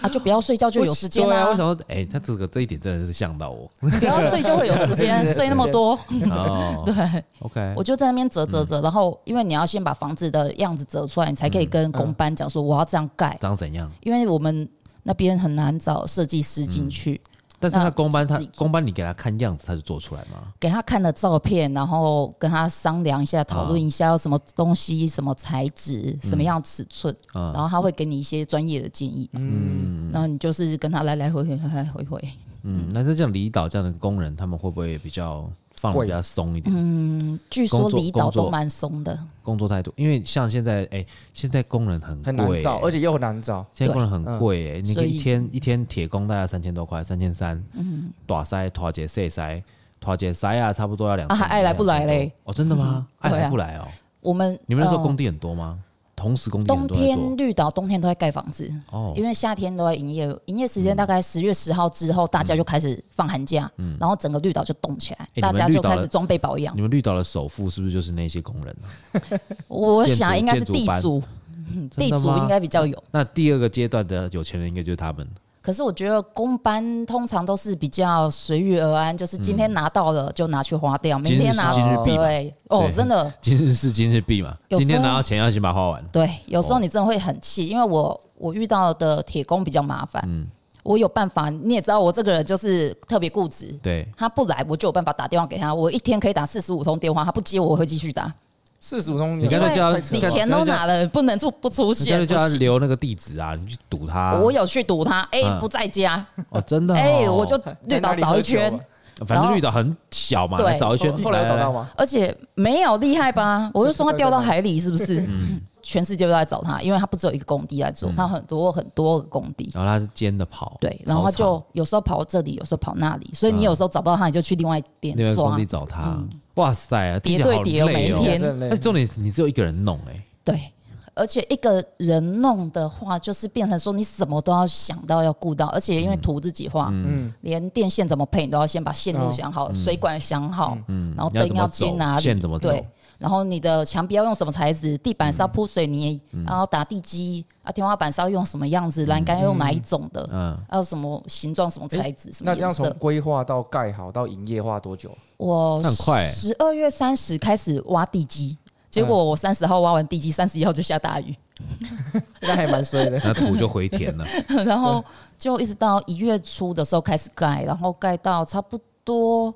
Speaker 3: 啊，就不要睡觉就有时间
Speaker 1: 对啊，
Speaker 3: 啦
Speaker 1: 我，想说，哎，他这个这一点真的是像到我
Speaker 3: 不要睡就会有时间，睡那么多，
Speaker 1: 哦。
Speaker 3: 对。
Speaker 1: OK，
Speaker 3: 我就在那边折折折，然后因为你要先把房子的样子折出来，你才可以跟工班讲说我要这样盖，
Speaker 1: 长怎样？
Speaker 3: 因为我们那边很难找设计师进去，
Speaker 1: 但是他
Speaker 3: 那
Speaker 1: 工班，他
Speaker 3: 自己做
Speaker 1: 工班你给他看样子，他就做出来吗？
Speaker 3: 给他看了照片，然后跟他商量一下，
Speaker 1: 啊
Speaker 3: 讨论一下要什么东西、什么材质、什么样尺寸，
Speaker 1: 啊嗯
Speaker 3: 然后他会给你一些专业的建议，嗯，然后你就是跟他来来回回来来回回，
Speaker 1: 嗯，那就像离岛这样的工人，他们会不会比较放得
Speaker 2: 会
Speaker 1: 比较松一点？
Speaker 3: 据说
Speaker 1: 工作
Speaker 3: 离岛
Speaker 1: 工作
Speaker 3: 都蛮松的，
Speaker 1: 工作态度，因为像现在，哎、现在工人很
Speaker 2: 很
Speaker 1: 贵、
Speaker 2: 难找，而
Speaker 1: 且
Speaker 2: 且又很难找。
Speaker 1: 现在工人很贵、哎、你
Speaker 3: 所
Speaker 1: 可
Speaker 3: 以
Speaker 1: 以一天一天铁工大概三千多块，三千三，嗯，短塞、拖节、塞塞、拖节塞啊，差不多要两千、
Speaker 3: 啊还爱来不来
Speaker 1: 2000
Speaker 3: 嘞
Speaker 1: 多？哦，真的吗？爱
Speaker 3: 嗯 对啊
Speaker 1: 来不来哦？
Speaker 3: 我们
Speaker 1: 你们那时候
Speaker 3: 呃
Speaker 1: 工地很多吗？同时工地很
Speaker 3: 冬
Speaker 1: 多在
Speaker 3: 天
Speaker 1: 做
Speaker 3: 绿岛冬天都在盖房子，
Speaker 1: 哦嗯
Speaker 3: 因，为夏天都在营业，营业时间大概十月十号之后，大家就开始放寒假，然后整个绿岛就动起来，
Speaker 1: 哎你们
Speaker 3: 大家就开
Speaker 1: 绿岛
Speaker 3: 始
Speaker 1: 的
Speaker 3: 装备保养
Speaker 1: 你。们绿岛的首富是不是就是那些工人、啊？
Speaker 3: 我
Speaker 1: 建筑
Speaker 3: 想应该是
Speaker 1: 建筑
Speaker 3: 地
Speaker 1: 班
Speaker 3: 主，嗯
Speaker 1: 真
Speaker 3: 地
Speaker 1: 的
Speaker 3: 主
Speaker 1: 吗
Speaker 3: 应该比较有。
Speaker 1: 那第二个阶段的有钱人应该就是他们。
Speaker 3: 可是我觉得公班通常都是比较随遇而安，就是今天拿到了就拿去花掉，明天拿
Speaker 1: 今日是今日毕嘛
Speaker 3: 对哦
Speaker 1: 对，
Speaker 3: 真的
Speaker 1: 今日事今日毕嘛，
Speaker 3: 有时
Speaker 1: 今
Speaker 3: 候
Speaker 1: 天拿到钱要先把它花完。
Speaker 3: 对，有
Speaker 1: 哦
Speaker 3: 时候你真的会很气，因为我我遇到的铁工比较麻烦，
Speaker 1: 嗯
Speaker 3: 我有办法，你也知道我这个人就是特别固执，
Speaker 1: 对，
Speaker 3: 他不来，我就有办法打电话给他。我一天可以打四十五通电话，他不接我，我会继续打。
Speaker 2: 四十五通，
Speaker 1: 你刚才叫他
Speaker 3: 你
Speaker 1: 干
Speaker 3: 钱都拿了，不能出不出
Speaker 1: 你叫
Speaker 3: 现
Speaker 1: 他。叫他
Speaker 3: 不行
Speaker 1: 留那个地址啊，你去堵他、
Speaker 3: 啊我有去堵他，哎、
Speaker 1: 嗯
Speaker 3: 不在家，
Speaker 1: 哦，真的、哦，
Speaker 3: 哎、我就绿岛找一圈，
Speaker 1: 反正绿岛很小嘛，
Speaker 3: 然后
Speaker 1: 来找一
Speaker 2: 后
Speaker 1: 圈。
Speaker 2: 后来有找到吗？
Speaker 3: 而且没有厉害
Speaker 1: 嗯
Speaker 3: 吧？我就说他掉到海里，是不是？全世界都在找他，因为他不只有一个工地在做，
Speaker 1: 嗯
Speaker 3: 他很多很多个工地。
Speaker 1: 然后他是尖的跑，
Speaker 3: 对，然后他
Speaker 1: 跑
Speaker 3: 就有时候跑这里，有时候跑那里，所以你有时候找不到他，你就去另外一边
Speaker 1: 场嗯另外一个
Speaker 3: 抓
Speaker 1: 工地。找他。哇塞啊，
Speaker 3: 嗯叠
Speaker 1: 听起来
Speaker 3: 对
Speaker 1: 好
Speaker 3: 叠哦
Speaker 1: 累
Speaker 3: 每一
Speaker 1: 哦。
Speaker 3: 天
Speaker 2: 真的
Speaker 1: 那
Speaker 2: 累
Speaker 1: 重点是你只有一个人弄哎、
Speaker 3: 对，而且一个人弄的话，就是变成说你什么都要想到要顾到，而且因为图自己画，
Speaker 2: 嗯，
Speaker 3: 连电线怎么配，你都要先把线
Speaker 1: 嗯
Speaker 3: 路想好，水管想好，然后
Speaker 1: 你要
Speaker 3: 灯
Speaker 1: 怎么
Speaker 3: 要
Speaker 1: 走
Speaker 3: 接哪里，
Speaker 1: 线怎么走
Speaker 3: 对，然后你的墙壁要用什么材质，地板是要铺水泥，
Speaker 1: 嗯
Speaker 3: 然后打地基啊，天花板是要用什么样子，栏杆要用哪一种的，
Speaker 1: 嗯，
Speaker 3: 还有什么形状、什么材质、什么
Speaker 2: 那这
Speaker 3: 颜
Speaker 2: 样从
Speaker 3: 色。
Speaker 2: 规划到盖好到营业化多久？
Speaker 3: 我
Speaker 1: 那很快欸
Speaker 3: 十二月三十开始挖地基，结果
Speaker 1: 嗯
Speaker 3: 我三十号挖完地基，三十一号就下大雨。
Speaker 2: 那还蛮衰 的。
Speaker 1: 那土就回填了。
Speaker 3: 然后就一直到一月初的时候开始盖，然后盖到差不多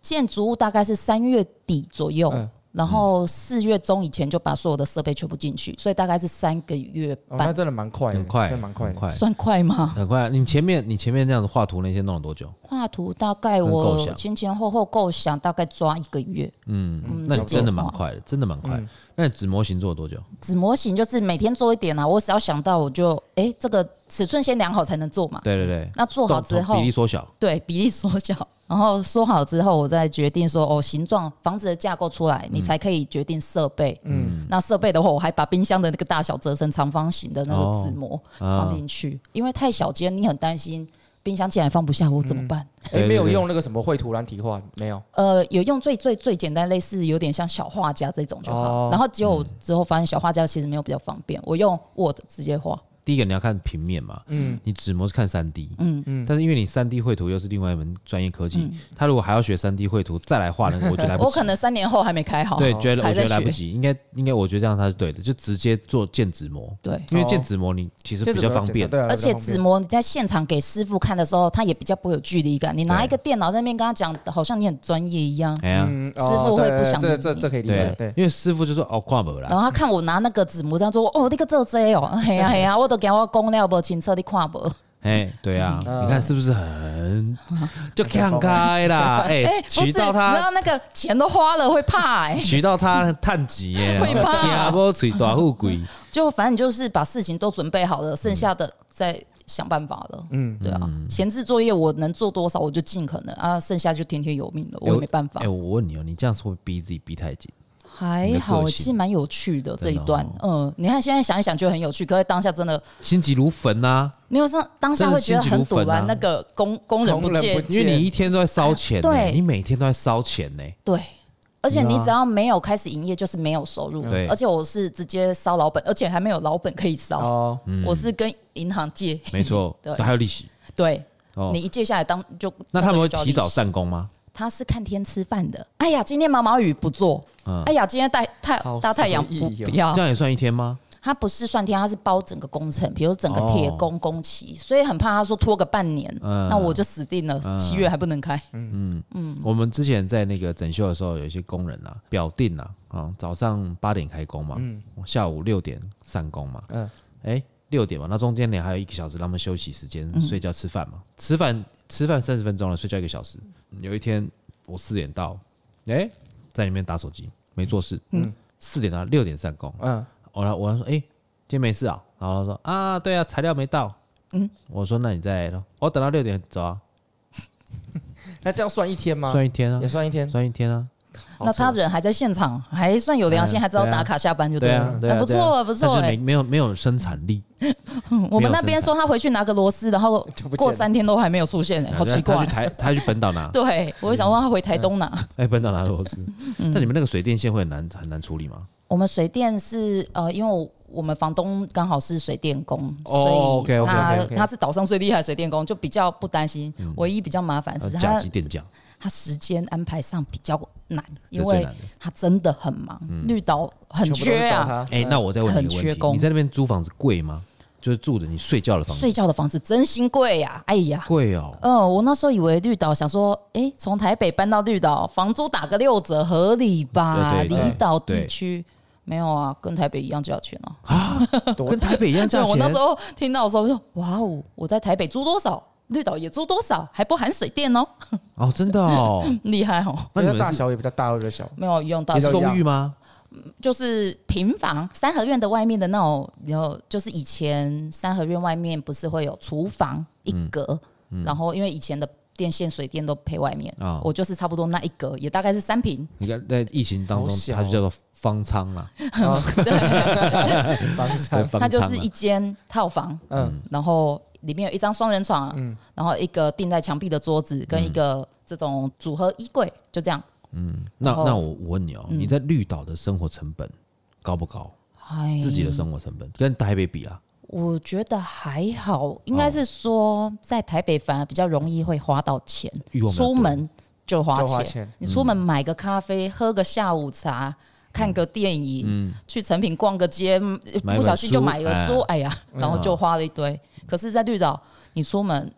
Speaker 3: 建筑物大概是三月底左右，
Speaker 2: 嗯
Speaker 3: 然后四月中以前就把所有的设备全部进去，所以大概是三个月
Speaker 2: 哦，
Speaker 3: 半，
Speaker 2: 那真的蛮 快的，
Speaker 1: 很快，
Speaker 2: 真的蛮快
Speaker 1: 很
Speaker 2: 的。
Speaker 1: 快，嗯
Speaker 3: 算快吗？
Speaker 1: 很快。你前面你前面那样子画图那些弄了多久？
Speaker 3: 画图大概
Speaker 1: 很构
Speaker 3: 我
Speaker 1: 想
Speaker 3: 前前后后构想大概抓一个月，
Speaker 1: 嗯，
Speaker 3: 嗯啊
Speaker 1: 那你
Speaker 3: 就
Speaker 1: 真的
Speaker 3: 计划
Speaker 1: 蛮快的，真的蛮快。那你纸模型做了多久？
Speaker 3: 纸模型就是每天做一点啊，我只要想到我就哎、诶这个尺寸先量好才能做嘛，
Speaker 1: 对对对，
Speaker 3: 那做好
Speaker 1: 动
Speaker 3: 之后
Speaker 1: 比例缩小，
Speaker 3: 对比例缩小，然后说好之后，我再决定说哦，形状房子的架构出来，你才可以决定设备。嗯，那设备的话，我还把冰箱的那个大小折成长方形的那个纸模
Speaker 1: 哦
Speaker 3: 放进去，因为太小间，你很担心冰箱竟然放不下，我怎么办？
Speaker 1: 对对
Speaker 2: 哎，没有
Speaker 1: 对
Speaker 2: 用那个什么绘图软体化，没有。
Speaker 3: 呃，有用最最最简单，类似有点像小画家这种就好。
Speaker 2: 哦
Speaker 3: 然后结果我之后发现小画家其实没有比较方便，我用 Word 直接画。
Speaker 1: 第一个你要看平面嘛，嗯，你纸模是看三 D，嗯嗯，但是因为你三 D 绘图又是另外一门专业科技，他如果还要学三 D 绘图再来画 那个，我觉得来不及。
Speaker 3: 我嗯可能三年后还没开好。
Speaker 1: 对，觉得我
Speaker 3: 还
Speaker 1: 觉
Speaker 3: 在
Speaker 1: 得来不
Speaker 3: 学
Speaker 1: 及，应该应该我觉得这样他是对的，就直接做建纸模，
Speaker 3: 对。
Speaker 1: 因为
Speaker 2: 哦
Speaker 1: 建纸模你其实
Speaker 2: 这
Speaker 1: 比较方便，
Speaker 2: 对啊，
Speaker 3: 而且
Speaker 2: 比较方便
Speaker 3: 纸模你在现场给师傅看的时候，他也比较不会有距离感。你拿
Speaker 1: 对
Speaker 3: 一个电脑在那边跟他讲，好像你很专业一样。
Speaker 1: 哎呀，
Speaker 2: 嗯，
Speaker 3: 师傅会
Speaker 2: 对
Speaker 3: 不想
Speaker 2: 这
Speaker 3: 理
Speaker 2: 这
Speaker 3: 你
Speaker 2: 这可以理
Speaker 1: 对
Speaker 2: 解，对，
Speaker 1: 因为师傅就说哦挂不
Speaker 3: 然
Speaker 1: 啦，
Speaker 3: 后他看我拿那个纸模这样做，哦，那个这这哦，嘿呀嘿呀，我都给我公了不清澈，你看不？
Speaker 1: 哎，对啊，你看是不是很就看
Speaker 2: 疯
Speaker 1: 开啦，
Speaker 3: 哎，
Speaker 1: 哎，
Speaker 3: 不是，你
Speaker 1: 娶
Speaker 3: 知
Speaker 1: 到他
Speaker 3: 道那个钱都花 了会怕哎，
Speaker 1: 娶到他探级耶，
Speaker 3: 会怕
Speaker 1: 听不嘴大富贵。
Speaker 3: 就反正你就是把事情都准备好了，剩下的再想办法了。
Speaker 2: 嗯，
Speaker 3: 对啊，前置作业我能做多少我就尽可能啊，剩下就听天由命了，我也没办法
Speaker 1: 哎、。我问你哦，你这样是会逼自己逼太紧？
Speaker 3: 还
Speaker 1: 你的
Speaker 3: 好，
Speaker 1: 个性
Speaker 3: 其实蛮有趣的这一段
Speaker 1: 真，
Speaker 3: 嗯，你看现在想一想就很有趣，可是当下真的，
Speaker 1: 心急如焚啊呐、
Speaker 3: 你有时候当下会觉得
Speaker 1: 真的
Speaker 3: 很
Speaker 1: 心急如
Speaker 3: 堵
Speaker 1: 焚啊
Speaker 3: 然，那个工工人不
Speaker 2: 工人
Speaker 3: 见
Speaker 2: 不，见
Speaker 1: 因为你一天都在烧钱、呢，
Speaker 3: 对
Speaker 1: 你每天都在烧钱 呢、
Speaker 3: 对，而且
Speaker 1: 对
Speaker 3: 你
Speaker 1: 啊
Speaker 3: 只要没有开始营业，就是没有收入。
Speaker 1: 对
Speaker 3: 而且我是直接烧老本，而且还没有老本可以烧，
Speaker 2: 哦，
Speaker 1: 嗯
Speaker 3: 我是跟银行借。，
Speaker 1: 没错
Speaker 3: 对
Speaker 1: 还有利息
Speaker 3: 对
Speaker 1: 哦
Speaker 3: 你。一借下来当就
Speaker 1: 那他们会
Speaker 3: 个就叫
Speaker 1: 提早
Speaker 3: 利息
Speaker 1: 散工吗？
Speaker 3: 他是看天吃饭的。哎呀，今天毛毛雨不做。
Speaker 1: 嗯
Speaker 3: 哎呀，今天大太
Speaker 2: 好
Speaker 3: 大太阳不
Speaker 2: 随意哦
Speaker 3: 不要
Speaker 1: 这。样也算一天吗？
Speaker 3: 他不是算天，他是包整个工程，比如整个铁工工期，所以很怕他说拖个半年，
Speaker 1: 嗯
Speaker 3: 那我就死定了，七月还不能开。
Speaker 1: 我们之前在那个整修的时候，有一些工人啊，表定啊，啊，早上八点开工嘛，下午六点散工嘛，嗯
Speaker 2: 嗯，
Speaker 1: 哎、六点嘛，那中间你还有一个小时让他们休息时间、睡觉、吃饭嘛，吃饭吃饭三十分钟了，睡觉一个小时。有一天我四点到，哎、在里面打手机没做事，嗯，四点到六点散工，
Speaker 2: 嗯，
Speaker 1: 我来我来说，哎、今天没事啊，然后他说啊，对啊，材料没到，嗯，我说那你再来咯，我等到六点走啊，
Speaker 2: 那这样算一天吗？
Speaker 1: 算一天啊
Speaker 2: 也，算一天，哦
Speaker 1: 算一天啊。
Speaker 2: 好
Speaker 3: 那
Speaker 2: 扯
Speaker 3: 他人还在现场，还算有良心，
Speaker 1: 嗯
Speaker 3: 还知道
Speaker 1: 对啊
Speaker 3: 打卡下班就
Speaker 1: 对
Speaker 3: 了
Speaker 1: 啊，，对啊，
Speaker 3: 哎不
Speaker 1: 对啊
Speaker 3: 错了，不错
Speaker 1: 但是
Speaker 3: 哎嗯
Speaker 1: 没。没有没有生产力，
Speaker 3: 我们那边说他回去拿个螺丝，然后
Speaker 2: 就不见
Speaker 3: 过
Speaker 2: 了
Speaker 3: 三天都还没有出现、哎好奇
Speaker 1: 啊他嗯
Speaker 3: 怪
Speaker 1: 去。台他去本岛拿，
Speaker 3: 对，我就想问他回台东拿。
Speaker 1: 哎，本岛拿螺 丝。
Speaker 3: 嗯
Speaker 1: 那你们那个水电线会很难很难处理吗？
Speaker 3: 我们水电是呃，因为我们房东刚好是水电工，
Speaker 1: 哦
Speaker 3: 所以
Speaker 1: OK，OK，OK，OK
Speaker 3: 他他是岛上最厉害的水电工，就比较不担心。唯一比较麻烦
Speaker 1: 呃
Speaker 3: 是
Speaker 1: 甲
Speaker 3: 他
Speaker 1: 级电匠，
Speaker 3: 他时间安排上比较难，
Speaker 1: 这
Speaker 3: 因
Speaker 1: 是最
Speaker 3: 为
Speaker 1: 难的。嗯
Speaker 3: 他真的很忙，绿岛很
Speaker 2: 全部都是
Speaker 3: 缺
Speaker 2: 找
Speaker 3: 啊。
Speaker 2: 他。
Speaker 1: 哎，那我再问你一个
Speaker 3: 很缺
Speaker 1: 问题，
Speaker 3: 工
Speaker 1: 你在那边租房子贵吗？就是住的你睡觉的房子
Speaker 3: 睡觉的房子真心贵呀、哎呀。
Speaker 1: 贵哦，
Speaker 3: 嗯，我那时候以为绿岛，想说，哎、从台北搬到绿岛，房租打个六折，合理吧？
Speaker 1: 对对对
Speaker 3: 离岛
Speaker 1: 对
Speaker 3: 地区没有啊，跟台北一样价钱啊。
Speaker 2: 多
Speaker 1: 跟台北一样
Speaker 3: 对，
Speaker 1: 价
Speaker 3: 我那
Speaker 1: 钱
Speaker 3: 时。候听到的时候我就，哇哦，我在台北租多少，绿岛也租多少，还不含水电哦，
Speaker 1: 哦，真的 哦。
Speaker 3: 厉害哦。
Speaker 1: 那
Speaker 2: 因为
Speaker 1: 你
Speaker 2: 大
Speaker 1: 们是
Speaker 2: 小也比较大，会比 较小。
Speaker 3: 没有一样大
Speaker 1: 也
Speaker 2: 比
Speaker 1: 是
Speaker 2: 较
Speaker 3: 小，
Speaker 1: 公寓吗？
Speaker 3: 就是平房，三合院的外面的那种，然后就是以前三合院外面不是会有厨房一格，然后因为以前的电线、水电都配外面，
Speaker 1: 嗯啊
Speaker 3: 我就是差不多那一格，也大概是三平，
Speaker 1: 你看在疫情当中，
Speaker 2: 好小哦
Speaker 1: 它就叫做方舱 啦，
Speaker 2: 房产，
Speaker 1: 方
Speaker 3: 它就
Speaker 1: 舱啊
Speaker 3: 是
Speaker 1: 啦
Speaker 3: 一间套房，
Speaker 2: 嗯，
Speaker 3: 然后里面有一张双人床、啊，
Speaker 1: 嗯
Speaker 3: 然后一个钉在墙壁的桌子，跟一个这种组合衣柜，就这样。
Speaker 1: 那
Speaker 3: 然后
Speaker 1: 那我我问你哦，
Speaker 3: 嗯
Speaker 1: 你在绿岛的生活成本高不高？
Speaker 3: 哎
Speaker 1: 自己的生活成本跟台北比啊，
Speaker 3: 我觉得还好，应该是说在台北反而比较容易会花到钱
Speaker 1: 欲望，比较多
Speaker 3: 出门就花
Speaker 2: 就花
Speaker 3: 钱。
Speaker 2: 钱。
Speaker 3: 你出
Speaker 1: 嗯
Speaker 3: 门买个咖啡，喝个下午茶，看个电影，去成品逛个街，嗯
Speaker 1: 嗯买
Speaker 3: 不小
Speaker 1: 本
Speaker 3: 心就
Speaker 1: 书
Speaker 3: 买个
Speaker 1: 哎
Speaker 3: 书，哎呀，然后就花了一堆。可是，在绿岛，你出门，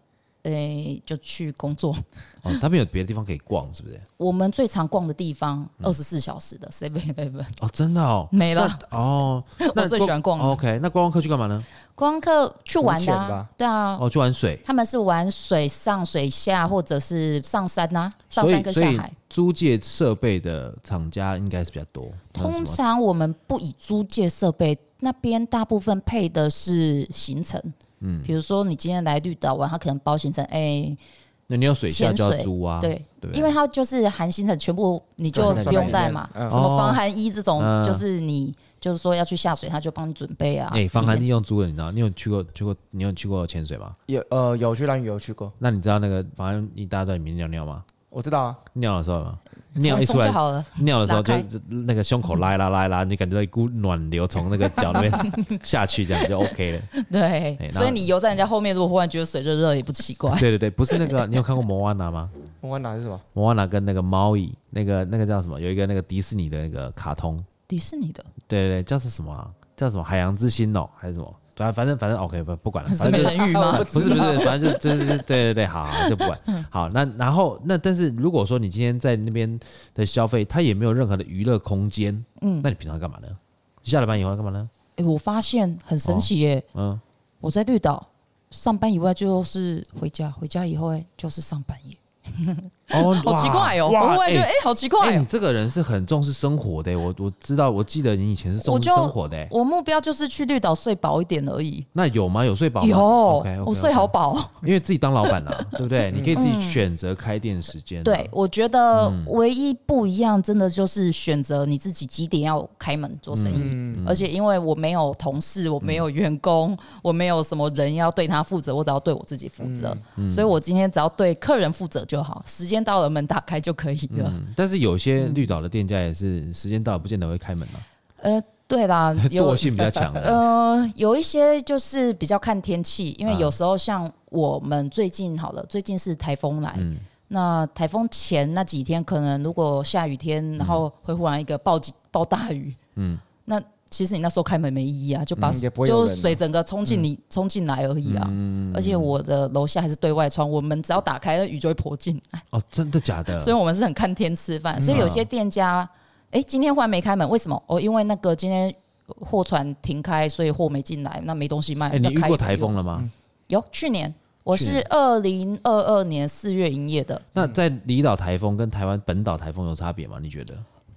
Speaker 3: 诶，就去工作。
Speaker 1: 哦，他们有别的地方可以逛，是不是？
Speaker 3: 我们最常逛的地方，
Speaker 1: 嗯
Speaker 3: 二十四小时的 Seven Eleven
Speaker 1: 哦，真的哦，
Speaker 3: 没了。
Speaker 1: 哦，那哦
Speaker 3: 我最喜欢逛了
Speaker 1: OK，那观光客去干嘛呢？
Speaker 3: 观光客去玩的、
Speaker 2: 浮潜
Speaker 3: 啊
Speaker 2: 吧，
Speaker 3: 对啊，
Speaker 1: 哦，去玩水。
Speaker 3: 他们是玩水上、水下，或者是上山呐、上
Speaker 1: 所
Speaker 3: 山
Speaker 1: 以，
Speaker 3: 跟
Speaker 1: 所
Speaker 3: 下
Speaker 1: 以
Speaker 3: 海。
Speaker 1: 租借设备的厂家应该是比较多。
Speaker 3: 通
Speaker 1: 那什么
Speaker 3: 常我们不以租借设备，那边大部分配的是行程。嗯，比如说你今天来绿岛玩，他可能包行程，哎、
Speaker 1: 那你有水下
Speaker 3: 潜
Speaker 1: 就要
Speaker 3: 水
Speaker 1: 租啊，
Speaker 3: 对，
Speaker 1: 对不对，
Speaker 3: 因为他就是含行程全部你就
Speaker 1: 对
Speaker 3: 不用带嘛，
Speaker 2: 嗯
Speaker 3: 什么防寒衣这种，
Speaker 1: 哦嗯
Speaker 3: 就是你就是说要去下水，他就帮你准备啊。
Speaker 1: 哎，防寒衣用租的，你知道？你有去过去过你有去过潜水吗？
Speaker 2: 有呃有去蓝屿有去过，
Speaker 1: 那你知道那个防寒衣大家都在里面尿尿吗？
Speaker 2: 我知道啊，
Speaker 1: 尿的时候有没有，
Speaker 3: 冲
Speaker 1: 尿一
Speaker 3: 一
Speaker 1: 出
Speaker 3: 冲就
Speaker 1: 来，
Speaker 3: 好了。
Speaker 1: 尿的时候
Speaker 3: 打开
Speaker 1: 就是那个胸口拉一拉拉一拉，你感觉到一股暖流从那个脚那 边下去，这样就 OK 了。
Speaker 3: 对
Speaker 1: 然，后
Speaker 3: 所以你游在人家后面，如果忽然觉得水热热，也不奇怪。
Speaker 1: 哎 对对对，不是那个，你有看过《摩安娜》吗？
Speaker 2: 我玩哪是什么？
Speaker 1: 摩安娜跟那个猫蚁，那个那个叫什么？有一个那个迪士尼的那个卡通，
Speaker 3: 迪士尼的
Speaker 1: 对对对，叫是什么、啊？叫什么？海洋之心哦，还是什么？对啊，反正反正 OK，不不管了，
Speaker 3: 是
Speaker 1: 反
Speaker 3: 美
Speaker 1: 正就
Speaker 3: 人鱼吗？
Speaker 1: 不是不是，反正就就是对对对，好好就不管。
Speaker 3: 嗯
Speaker 1: 好，那然后那但是如果说你今天在那边的消费，它也没有任何的娱乐空间，嗯，那你平常干嘛呢？下了班以后要干嘛呢？
Speaker 3: 哎、我发现很神奇耶、
Speaker 1: 嗯，
Speaker 3: 我在绿岛上班以外就是回家，回家以后哎就是上班耶。
Speaker 1: 哦，
Speaker 3: 好奇怪哦、
Speaker 1: 哇
Speaker 3: 我忽然觉得哎、
Speaker 1: 哎
Speaker 3: 好奇
Speaker 1: 哎
Speaker 3: 怪、
Speaker 1: 你
Speaker 3: 哦。
Speaker 1: 这个人是很重视生活的、我我知道，我记得你以前是重
Speaker 3: 我
Speaker 1: 视
Speaker 3: 就
Speaker 1: 生活的、
Speaker 3: 我目标就是去绿岛睡饱一点而已。
Speaker 1: 那有吗？有睡饱吗？
Speaker 3: 有
Speaker 1: OK，OK，OK
Speaker 3: 我睡好饱。
Speaker 1: 因为自己当老板啦、啊 对不对？你可以自己选择开店时间、啊
Speaker 3: 对，，我觉得
Speaker 1: 嗯
Speaker 3: 唯一不一样，真的就是选择你自己几点要开门做生意。
Speaker 2: 嗯，
Speaker 3: 而且因为我没有同事，我没有员工，我没有什么人要对他负责，我只要对我自己负责，所以我今天只要对客人负责就好，时间到了门打开就可以了。
Speaker 1: 嗯，但是有些绿岛的店家也是时间到了不见得会开门嘛、，
Speaker 3: 呃，对啦 有
Speaker 1: 惰性比较强啊的。
Speaker 3: 呃有一些就是比较看天气，因为
Speaker 2: 嗯
Speaker 1: 啊
Speaker 3: 有时候像我们最近好了，最近是台风来，
Speaker 1: 嗯
Speaker 3: 那台风前那几天，可能如果下雨天，然后会忽然一个暴击暴大雨，
Speaker 1: 嗯
Speaker 3: 嗯，那其实你那时候开门没意义啊，就把、
Speaker 2: 嗯也不会有
Speaker 3: 就
Speaker 2: 人啊嗯
Speaker 3: 是水整个冲进你冲进、来而已啊。而且我的楼下还是对外窗，我们只要打开，那雨就会泼进来，
Speaker 1: 哦，真的假的？
Speaker 3: 所以我们是很看天吃
Speaker 1: 嗯
Speaker 3: 饭。所以有些店家，哎、今天忽然没开门，为什么？哦，因为那个今天货船停开，所以货没进来，那没东西卖。
Speaker 1: 哎、你
Speaker 3: 那
Speaker 1: 遇
Speaker 3: 开
Speaker 1: 过
Speaker 3: 也没
Speaker 1: 台
Speaker 3: 用？
Speaker 1: 风了吗？
Speaker 3: 有，嗯去年我
Speaker 1: 去
Speaker 3: 是二零二二年四月营业的。
Speaker 1: 那在离岛台风跟台湾本岛台风有差别吗？你觉得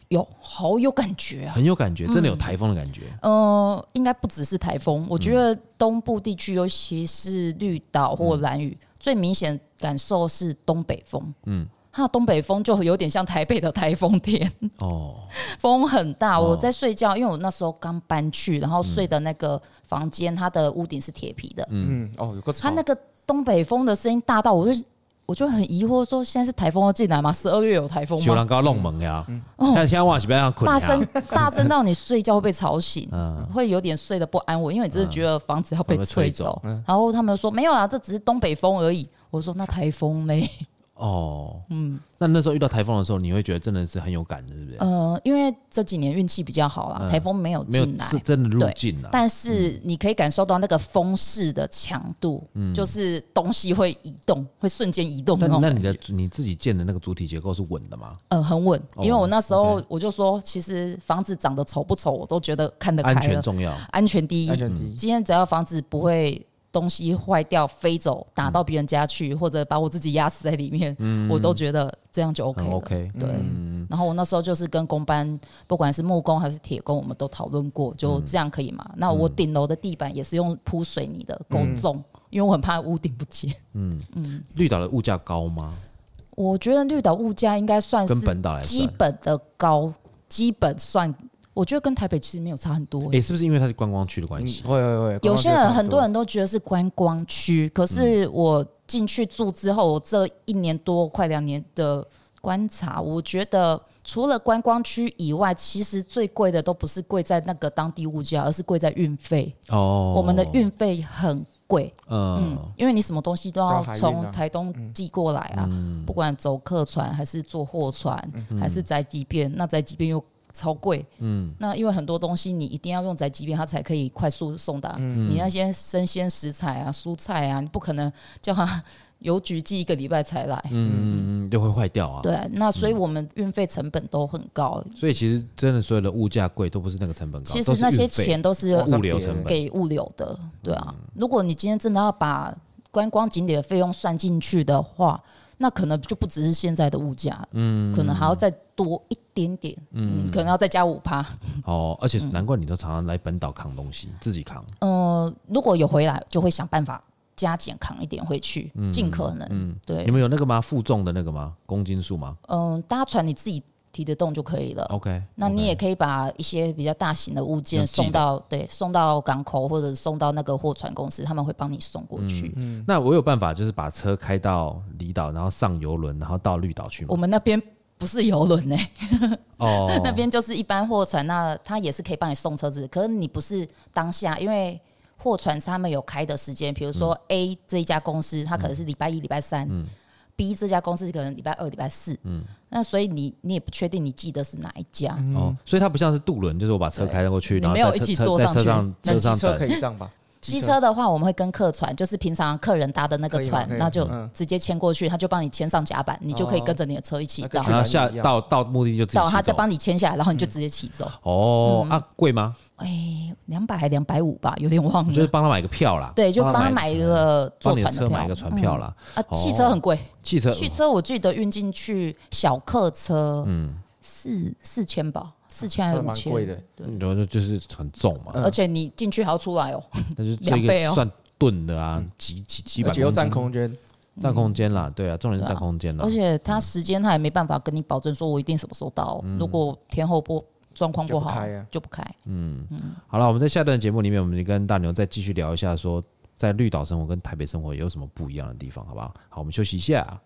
Speaker 3: 有好有感觉啊！
Speaker 1: 很有感觉，真的有台风的感觉。
Speaker 3: 呃，应该不只是台风，我
Speaker 1: 嗯
Speaker 3: 觉得东部地区，尤其是绿岛或蓝屿，最明显感受是东北风。
Speaker 1: 嗯
Speaker 3: 嗯，它的东北风就有点像台北的台风天，
Speaker 1: 哦，
Speaker 3: 风很大。
Speaker 1: 哦
Speaker 3: 我在睡觉，因为我那时候刚搬去，然后睡的那个房间，它的屋顶是铁皮的，
Speaker 2: 嗯，哦，有个
Speaker 3: 它
Speaker 2: 草
Speaker 3: 那，个东北风的声音大到我就。我就很疑惑，说现在是台风要进来吗？十二月有台风
Speaker 1: 修
Speaker 3: 吗嗯哦
Speaker 1: 兰？高弄猛呀， 那天晚是不要让困
Speaker 3: 大
Speaker 1: 呀
Speaker 3: 声，大声到你睡觉会被吵醒。
Speaker 1: 嗯，
Speaker 3: 会有点睡得不安稳，因为你真的觉得房子要
Speaker 1: 嗯会
Speaker 3: 被
Speaker 1: 被吹
Speaker 3: 吹
Speaker 1: 走
Speaker 3: 走。然后他们说没有啊，这只是东北风而已。我说那台风嘞，
Speaker 1: 哦，嗯，那那时候遇到台风的时候，你会觉得真的是很有感的，是不是？
Speaker 3: 呃，因为这几年运气比较好啦，
Speaker 1: 嗯
Speaker 3: 台风没有
Speaker 1: 没有
Speaker 3: 进来，
Speaker 1: 是真的入境啊了，
Speaker 3: 但是你可以感受到那个风势的强度，就是东西会移动，会瞬间移动
Speaker 1: 那
Speaker 3: 那
Speaker 1: 嗯
Speaker 3: 种
Speaker 1: 那
Speaker 3: 感
Speaker 1: 你
Speaker 3: 觉。
Speaker 1: 的你自己建的那个主体结构是稳的吗？
Speaker 3: 呃，很稳，因为我那时候
Speaker 1: 哦 OK
Speaker 3: 我就说，其实房子长得丑不丑，我都觉得看得开
Speaker 1: 安
Speaker 3: 了，
Speaker 1: 全重要，
Speaker 3: 安全第一
Speaker 2: 安，全第一，
Speaker 3: 今天只要房子不会东西坏掉、飞走、打
Speaker 1: 嗯
Speaker 3: 到别人家去，或者把我自己压死在里面，我都觉得这样就 OK
Speaker 1: 很
Speaker 3: 了。
Speaker 1: 嗯 OK。
Speaker 3: 对，
Speaker 1: 嗯
Speaker 3: 然后我那时候就是跟工班，不管是木工还是铁工，我们都讨论过，就这样可以吗？那我顶楼的地板也是用铺水泥的够重，因为我很怕屋顶不见。
Speaker 1: 绿岛的物价高吗？
Speaker 3: 我觉得绿岛物价应该算是
Speaker 1: 跟本岛来算
Speaker 3: 基本的高，基本算，我觉得跟台北其实没有差很多、欸
Speaker 1: 诶，是不是因为它是观光区的关系？
Speaker 2: 嗯会会会，
Speaker 3: 有些
Speaker 2: 刚刚
Speaker 3: 人
Speaker 2: 就
Speaker 3: 很多
Speaker 2: 差
Speaker 3: 人都觉得是观光区，可是我进去住之后，我这一年多快两年的观察，我觉得除了观光区以外，其实最贵的都不是贵在那个当地物价，而是贵在运费。
Speaker 1: 哦，
Speaker 3: 我们的，运费很贵，嗯
Speaker 1: 嗯，，
Speaker 3: 因为你什么东西都
Speaker 2: 都
Speaker 3: 要
Speaker 2: 要海运啊
Speaker 3: 从台东寄过来啊，
Speaker 1: 嗯
Speaker 3: 不管走客船还是坐货船，还是宅急便，那宅急便又超贵，嗯，那因为很多东西你一定要用宅急便，它才可以快速送达。
Speaker 2: 嗯
Speaker 3: 你那些生鲜食材啊、蔬菜啊，你不可能叫它邮局寄一个礼拜才来，
Speaker 1: 嗯，就会坏掉啊。
Speaker 3: 对，那所以我们运费成本都很高，
Speaker 1: 所以其实真的所有的物价贵都不是那个成本高，
Speaker 3: 其
Speaker 1: 都
Speaker 3: 实
Speaker 1: 是
Speaker 3: 那些
Speaker 1: 运费哦
Speaker 3: 钱都是
Speaker 2: 往
Speaker 1: 物
Speaker 2: 上
Speaker 1: 流
Speaker 2: 叠
Speaker 1: 成本
Speaker 3: 给物流的，
Speaker 1: 嗯
Speaker 3: 对啊。如果你今天真的要把观光景点的费用算进去的话，那可能就不只是现在的物价，嗯，可能还要再多一点点，嗯，可能要再加五趴。
Speaker 1: 哦，而且难怪你都常常来本岛扛东西，自己扛。
Speaker 3: 嗯，如果有回来，就会想办法加减扛一点回去，尽可能，
Speaker 1: 嗯你
Speaker 3: 对，
Speaker 1: 们有那个吗？负重的那个吗？公斤数吗
Speaker 3: 嗯，搭船你自己提得动就可以了。
Speaker 1: ？OK，
Speaker 3: 那你也可以把一些比较大型的物
Speaker 1: 有
Speaker 3: 件
Speaker 1: 寄的
Speaker 3: 送到对送到港口或者送到那个货船公司，他们会帮你送过去。
Speaker 2: 嗯
Speaker 1: 那我有办法，就是把车开到离岛，然后上游轮，然后到绿岛去
Speaker 3: 我
Speaker 1: 吗？
Speaker 3: 们那边不是游轮哎，，
Speaker 1: 哦
Speaker 3: 那边就是一般货船，那它也是可以帮你送车子，可是你不是当下，因为货船他们有开的时间，比如
Speaker 2: 嗯
Speaker 3: 说 A 这一家公司，它可能是礼拜一、礼拜三。B 这家公司可能礼拜二、礼拜四，
Speaker 2: 嗯
Speaker 3: 那所以你你也不确定你记得是哪一家，
Speaker 2: 嗯
Speaker 1: 哦哦，所以它不像是渡轮，就是我把车开过去，
Speaker 3: 嗯对
Speaker 1: 然后
Speaker 3: 你没有
Speaker 1: 在
Speaker 3: 一起
Speaker 1: 车
Speaker 3: 坐
Speaker 1: 在
Speaker 3: 上
Speaker 1: 车
Speaker 3: 去
Speaker 1: 上
Speaker 2: 那
Speaker 1: 车
Speaker 2: 机
Speaker 1: 上
Speaker 2: 车可
Speaker 1: 等。
Speaker 2: 以上吧？
Speaker 3: 机车的话，我们会跟客船，就是平常客人搭的那个
Speaker 2: 可以吗
Speaker 3: 船
Speaker 2: 可以，
Speaker 3: 那就
Speaker 2: 嗯
Speaker 3: 直接牵过去，他就帮你牵上甲板，你就可以
Speaker 2: 哦
Speaker 3: 跟着你的车一起
Speaker 2: 那
Speaker 3: 到
Speaker 2: 跟去
Speaker 1: 然后
Speaker 2: 哪里
Speaker 1: 下
Speaker 2: 一样
Speaker 1: 到到目的地就自己
Speaker 3: 到，他嗯
Speaker 1: 骑
Speaker 3: 再
Speaker 1: 走。
Speaker 3: 帮你牵下来，然后你就
Speaker 2: 嗯
Speaker 3: 直接骑走。
Speaker 1: 哦啊，贵吗？
Speaker 3: 哎，两百还两百五吧，有点忘
Speaker 1: 我
Speaker 3: 了。
Speaker 1: 就是帮他买个票啦，
Speaker 3: 嗯对，就帮他买一个坐
Speaker 1: 帮你
Speaker 3: 船
Speaker 1: 的
Speaker 3: 的
Speaker 1: 车买一
Speaker 3: 票
Speaker 1: 个船票啦。
Speaker 3: 啊
Speaker 1: 哦。
Speaker 3: 汽车很贵，
Speaker 1: 汽车
Speaker 3: 汽车我记得运进去小客车，嗯，四四千吧，四千还是
Speaker 2: 算
Speaker 3: 五
Speaker 2: 蛮
Speaker 3: 千？
Speaker 2: 贵的，
Speaker 1: 然后就是很重嘛，
Speaker 3: 而且你进去还要出来哦，
Speaker 1: 但是这
Speaker 3: 两倍
Speaker 1: 个
Speaker 3: 哦
Speaker 1: 算吨的啊，几几几百
Speaker 2: 嗯而且又
Speaker 1: 公
Speaker 2: 占
Speaker 1: 斤，
Speaker 2: 空间，
Speaker 1: 占空间啦，对啊，重点是
Speaker 3: 嗯对啊
Speaker 1: 占空间啦
Speaker 3: 而。且他时间他也没办法跟你保证说我一定什么时候到，哦如果天后不状况不
Speaker 2: 就不
Speaker 3: 好
Speaker 2: 开啊
Speaker 3: 就不开。
Speaker 1: 好了，我们在下段节目里面，我们就跟大牛再继续聊一下，说在绿岛生活跟台北生活有什么不一样的地方，好不好？好，我们休息一下。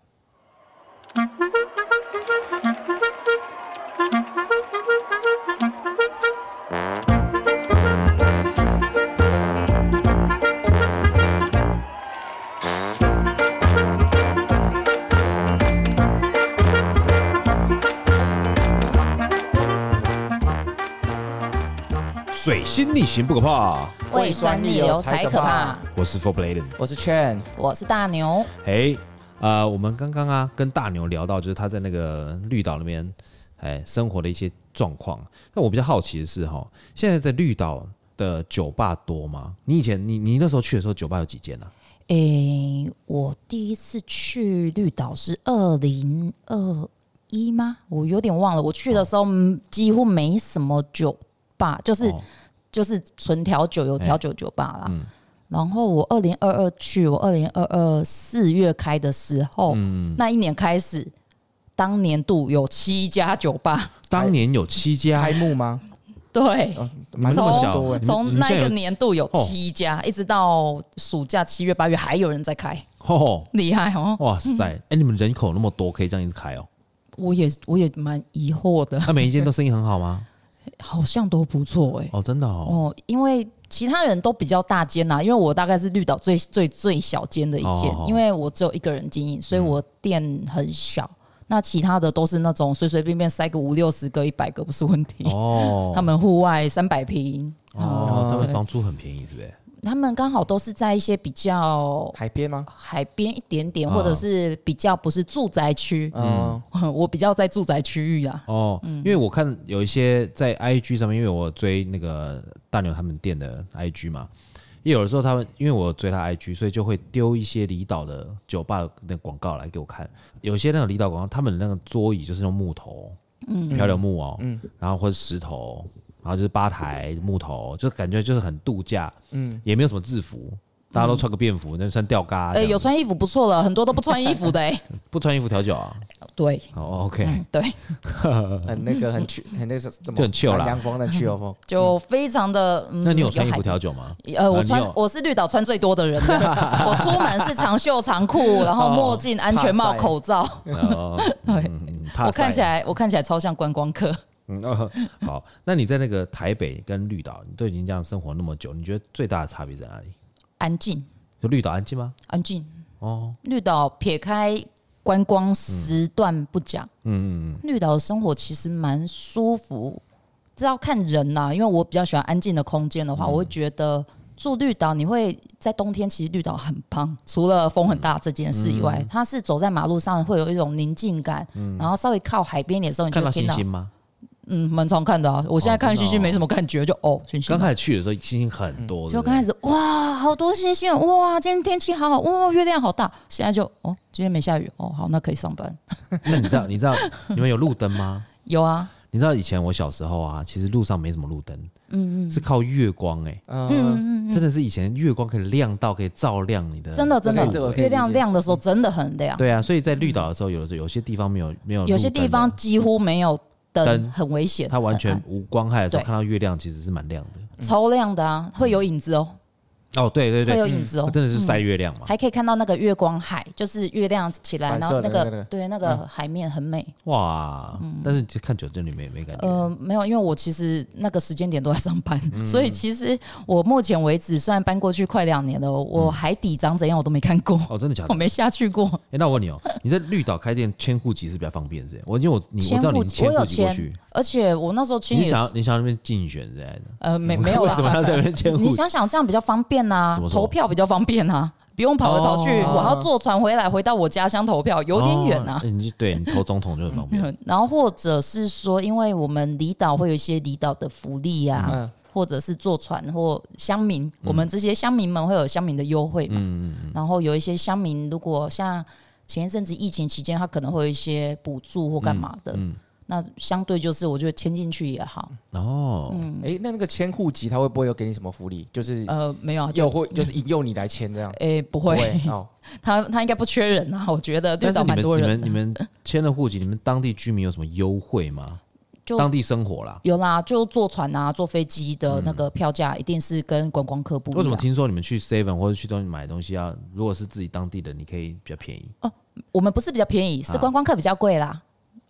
Speaker 1: 水星逆行不可怕，
Speaker 2: 胃酸逆流才可怕。
Speaker 1: 我是 For Bladen。
Speaker 2: 我是 Chan，
Speaker 3: 我是大牛，
Speaker 1: 哎，呃，我们刚刚啊跟大牛聊到，就是他在那个绿岛那边，哎，生活的一些状况。那我比较好奇的是，哈，现在在绿岛的酒吧多吗？你以前你你那时候去的时候，酒吧有几间啊呢、
Speaker 3: 诶、我第一次去绿岛是二零二一吗？我有点忘了。我去的时候、嗯几乎没什么酒吧，就是、
Speaker 1: 哦
Speaker 3: 就是纯调酒有调酒酒吧啦。然后我二零二二去，我二零二二四月开的时候，
Speaker 1: 嗯
Speaker 3: 那一年开始，当年度有七家酒吧，
Speaker 1: 当年有七家
Speaker 2: 开，幕吗？
Speaker 3: 对，
Speaker 2: 哦，蛮
Speaker 1: 这么小
Speaker 2: 多哎
Speaker 1: 你，
Speaker 3: 从那
Speaker 1: 你现在
Speaker 3: 个
Speaker 1: 有
Speaker 3: 年度有
Speaker 1: 哦
Speaker 3: 七家，一直到暑假七月八月还有人在开，
Speaker 1: 吼吼，
Speaker 3: 厉害哦！
Speaker 1: 哇塞！哎、你们人口那么多，可以这样一直开哦？
Speaker 3: 我也我也蛮疑惑的，
Speaker 1: 那、每一间都生意很好吗？
Speaker 3: 好像都不错哎、
Speaker 1: 哦，真的哦。
Speaker 3: 哦，因为其他人都比较大间啊呐、因为我大概是绿岛最最最小间的一间，
Speaker 1: 哦嗯
Speaker 3: 因为我只有一个人经营，所以我店很小。那其他的都是那种随随便便塞个五六十个、一百个不是问题。
Speaker 1: 哦，
Speaker 3: 他们户外三百平，
Speaker 1: 哦，他们
Speaker 3: 对
Speaker 1: 房租很便宜，是不是？
Speaker 3: 他们刚好都是在一些比较
Speaker 2: 海边吗？
Speaker 3: 海边一点点，
Speaker 1: 啊
Speaker 3: 或者是比较不是住宅区。
Speaker 2: 嗯，
Speaker 3: 我比较在住宅区域啊啦。
Speaker 1: 哦，因为我看有一些在 IG 上面，因为我追那个大牛他们店的 IG 嘛，也有的时候他们因为我追他 IG，所以就会丢一些离岛的酒吧的广告来给我看。有些那个离岛广告，他们的那个桌椅就是用木头，嗯，漂流木哦，然后或者石头，然后就是吧台木头，就感觉就是很度假，嗯，也没有什么制服。大家都穿个便服，那穿吊嘎，
Speaker 3: 哎、
Speaker 1: 啊这样
Speaker 3: 有穿衣服不错了，很多都不穿衣服的哎、
Speaker 1: 不穿衣服调酒啊？
Speaker 3: 对，
Speaker 1: 哦，OK，
Speaker 3: 嗯，对，
Speaker 2: 很那个很去很那个是怎么？
Speaker 1: 就很 chill 啦
Speaker 2: 南洋风的 chill 风，
Speaker 3: 就非常的。嗯、
Speaker 1: 那你有穿衣
Speaker 3: 海
Speaker 1: 服调酒 吗？
Speaker 3: 呃，我
Speaker 1: 你
Speaker 3: 穿
Speaker 1: 有
Speaker 3: 我是绿岛穿最多的人 了，我出门是长袖长裤，然后墨镜、安全帽、
Speaker 2: 怕晒
Speaker 3: 口罩，
Speaker 1: 哦，
Speaker 3: 对
Speaker 1: 嗯嗯怕
Speaker 3: 我看
Speaker 1: 晒
Speaker 3: 起来我看起来超像观光客。
Speaker 1: 嗯、哦， 好，那你在那个台北跟绿岛，你都已经这样生活那么久，你觉得最大的差别在哪里？
Speaker 3: 安静，
Speaker 1: 就绿岛安静吗？
Speaker 3: 安静。
Speaker 1: 哦，
Speaker 3: 绿岛撇开观光时段不讲，嗯嗯，绿岛的生活其实蛮舒服，这要看人啦、因为我比较喜欢安静的空间的
Speaker 1: 嗯
Speaker 3: 话，我会觉得。住绿岛，你会在冬天，其实绿岛很棒，除了风很大这件事以外，
Speaker 1: 嗯
Speaker 3: 它是走在马路上会有一种宁静感，然后稍微靠海边一点的时候，你就
Speaker 1: 看
Speaker 3: 会
Speaker 1: 到
Speaker 3: 听
Speaker 1: 星
Speaker 3: 到
Speaker 1: 星吗？
Speaker 3: 嗯，蛮常看的啊。我现在看星星没什么感觉，就哦，星星
Speaker 1: 刚。开始去的时候星星很多，
Speaker 3: 嗯
Speaker 1: 对
Speaker 3: 就
Speaker 1: 不
Speaker 3: 刚
Speaker 1: 对
Speaker 3: 开始哇，好多星星，哇，今天天气好好，哇，月亮好大。现在就哦，今天没下雨，哦，好，那可以上班。
Speaker 1: 那你知道你知道你们有路灯吗？
Speaker 3: 有啊，
Speaker 1: 你知道以前我小时候啊，其实路上没什么路灯，嗯嗯，是靠月光哎、
Speaker 2: 嗯，
Speaker 1: 真的是以前月光可以亮到可以照亮你的，
Speaker 3: 真的真
Speaker 2: 这个我
Speaker 3: 的，
Speaker 2: 可以理解
Speaker 3: 月亮亮的时候真的很亮，
Speaker 1: 对啊，所以在绿岛的时候，有的时候有些地方没有没有路灯的，
Speaker 3: 有些地方几乎没有
Speaker 1: 灯
Speaker 3: 灯，很危险，
Speaker 1: 它完全嗯
Speaker 3: 很
Speaker 1: 无光害的时候，
Speaker 3: 对
Speaker 1: 看到月亮其实是蛮亮的。
Speaker 3: 暗超亮的啊，会有影子哦，
Speaker 1: 哦，对对
Speaker 3: 会
Speaker 1: 对，
Speaker 3: 有影子哦，
Speaker 1: 真的是晒月亮嘛，
Speaker 3: 还可以看到那个月光海，就是月亮起来，
Speaker 2: 反
Speaker 3: 然后
Speaker 2: 射的
Speaker 3: 那
Speaker 2: 那个那
Speaker 3: 个
Speaker 2: 个
Speaker 3: 对那
Speaker 1: 嗯
Speaker 3: 个海面很美。
Speaker 1: 哇！但是你看酒店里面也没感觉，
Speaker 3: 嗯呃，没有，因为我其实那个时间点都在上班，
Speaker 1: 嗯
Speaker 3: 所以其实我目前为止，虽然搬过去快两年了，我
Speaker 1: 嗯
Speaker 3: 海底长怎样我都没看过，
Speaker 1: 哦，真的假的？
Speaker 3: 我
Speaker 1: 哎、
Speaker 3: 没下去过。
Speaker 1: 那我问你哦，你在绿岛开店迁户籍是比较方便是不是？我因为我你
Speaker 3: 迁
Speaker 1: 我知道你
Speaker 3: 户籍
Speaker 1: 迁
Speaker 3: 我有
Speaker 1: 户籍过
Speaker 3: 迁
Speaker 1: 去，
Speaker 3: 而且我那时候去
Speaker 1: 你
Speaker 3: 也
Speaker 1: 想要
Speaker 3: 是，
Speaker 1: 你想要那边竞选之类的，
Speaker 3: 呃，没没有
Speaker 1: 为什么
Speaker 3: 啦。
Speaker 1: 要在那边迁户
Speaker 3: 你
Speaker 1: 籍？
Speaker 3: 想想，这样比较方便便呐、
Speaker 1: 怎么说
Speaker 3: 投票比较方便啊，不用跑来跑去，
Speaker 1: 哦
Speaker 3: 我还要坐船回来，回到我家乡投票，有点远
Speaker 1: 哦
Speaker 3: 啊。嗯
Speaker 1: 你就对你投总统就很方便，
Speaker 3: 然后或者是说，因为我们离岛会有一些离岛的福利啊，
Speaker 2: 嗯
Speaker 3: 或者是坐船或乡民，我们这些乡民们会有乡民的优惠嘛。
Speaker 1: 嗯嗯
Speaker 3: 然后有一些乡民，如果像前一阵子疫情期间，他可能会有一些补助或干嘛的，
Speaker 1: 嗯，
Speaker 3: 那相对就是我觉得迁进去也好。
Speaker 1: 哦，
Speaker 3: 嗯
Speaker 2: 哎，那那个迁户籍他会不会有给你什么福利？就是
Speaker 3: 呃，没有啊，就
Speaker 2: 诱惑，就是引诱你来迁这样？
Speaker 3: 诶、不 会，
Speaker 2: 哦，
Speaker 3: 他他应该不缺人啊，我觉得绿
Speaker 1: 但是
Speaker 3: 岛
Speaker 1: 你
Speaker 3: 蛮
Speaker 1: 们
Speaker 3: 多
Speaker 1: 你
Speaker 3: 人
Speaker 1: 们
Speaker 3: 的
Speaker 1: 你们签了户籍，你们当地居民有什么优惠吗？
Speaker 3: 就
Speaker 1: 当地生活啦。
Speaker 3: 有啦，就坐船啊，坐飞机的那个票价一定是跟观光客不
Speaker 1: 嗯为
Speaker 3: 一
Speaker 1: 什么
Speaker 3: 样。
Speaker 1: 听说你们去 Seven 或者去东西买东西要，如果是自己当地的，你可以比较便宜
Speaker 3: 我们不是比较便宜，是
Speaker 1: 啊
Speaker 3: 观光客比较贵啦。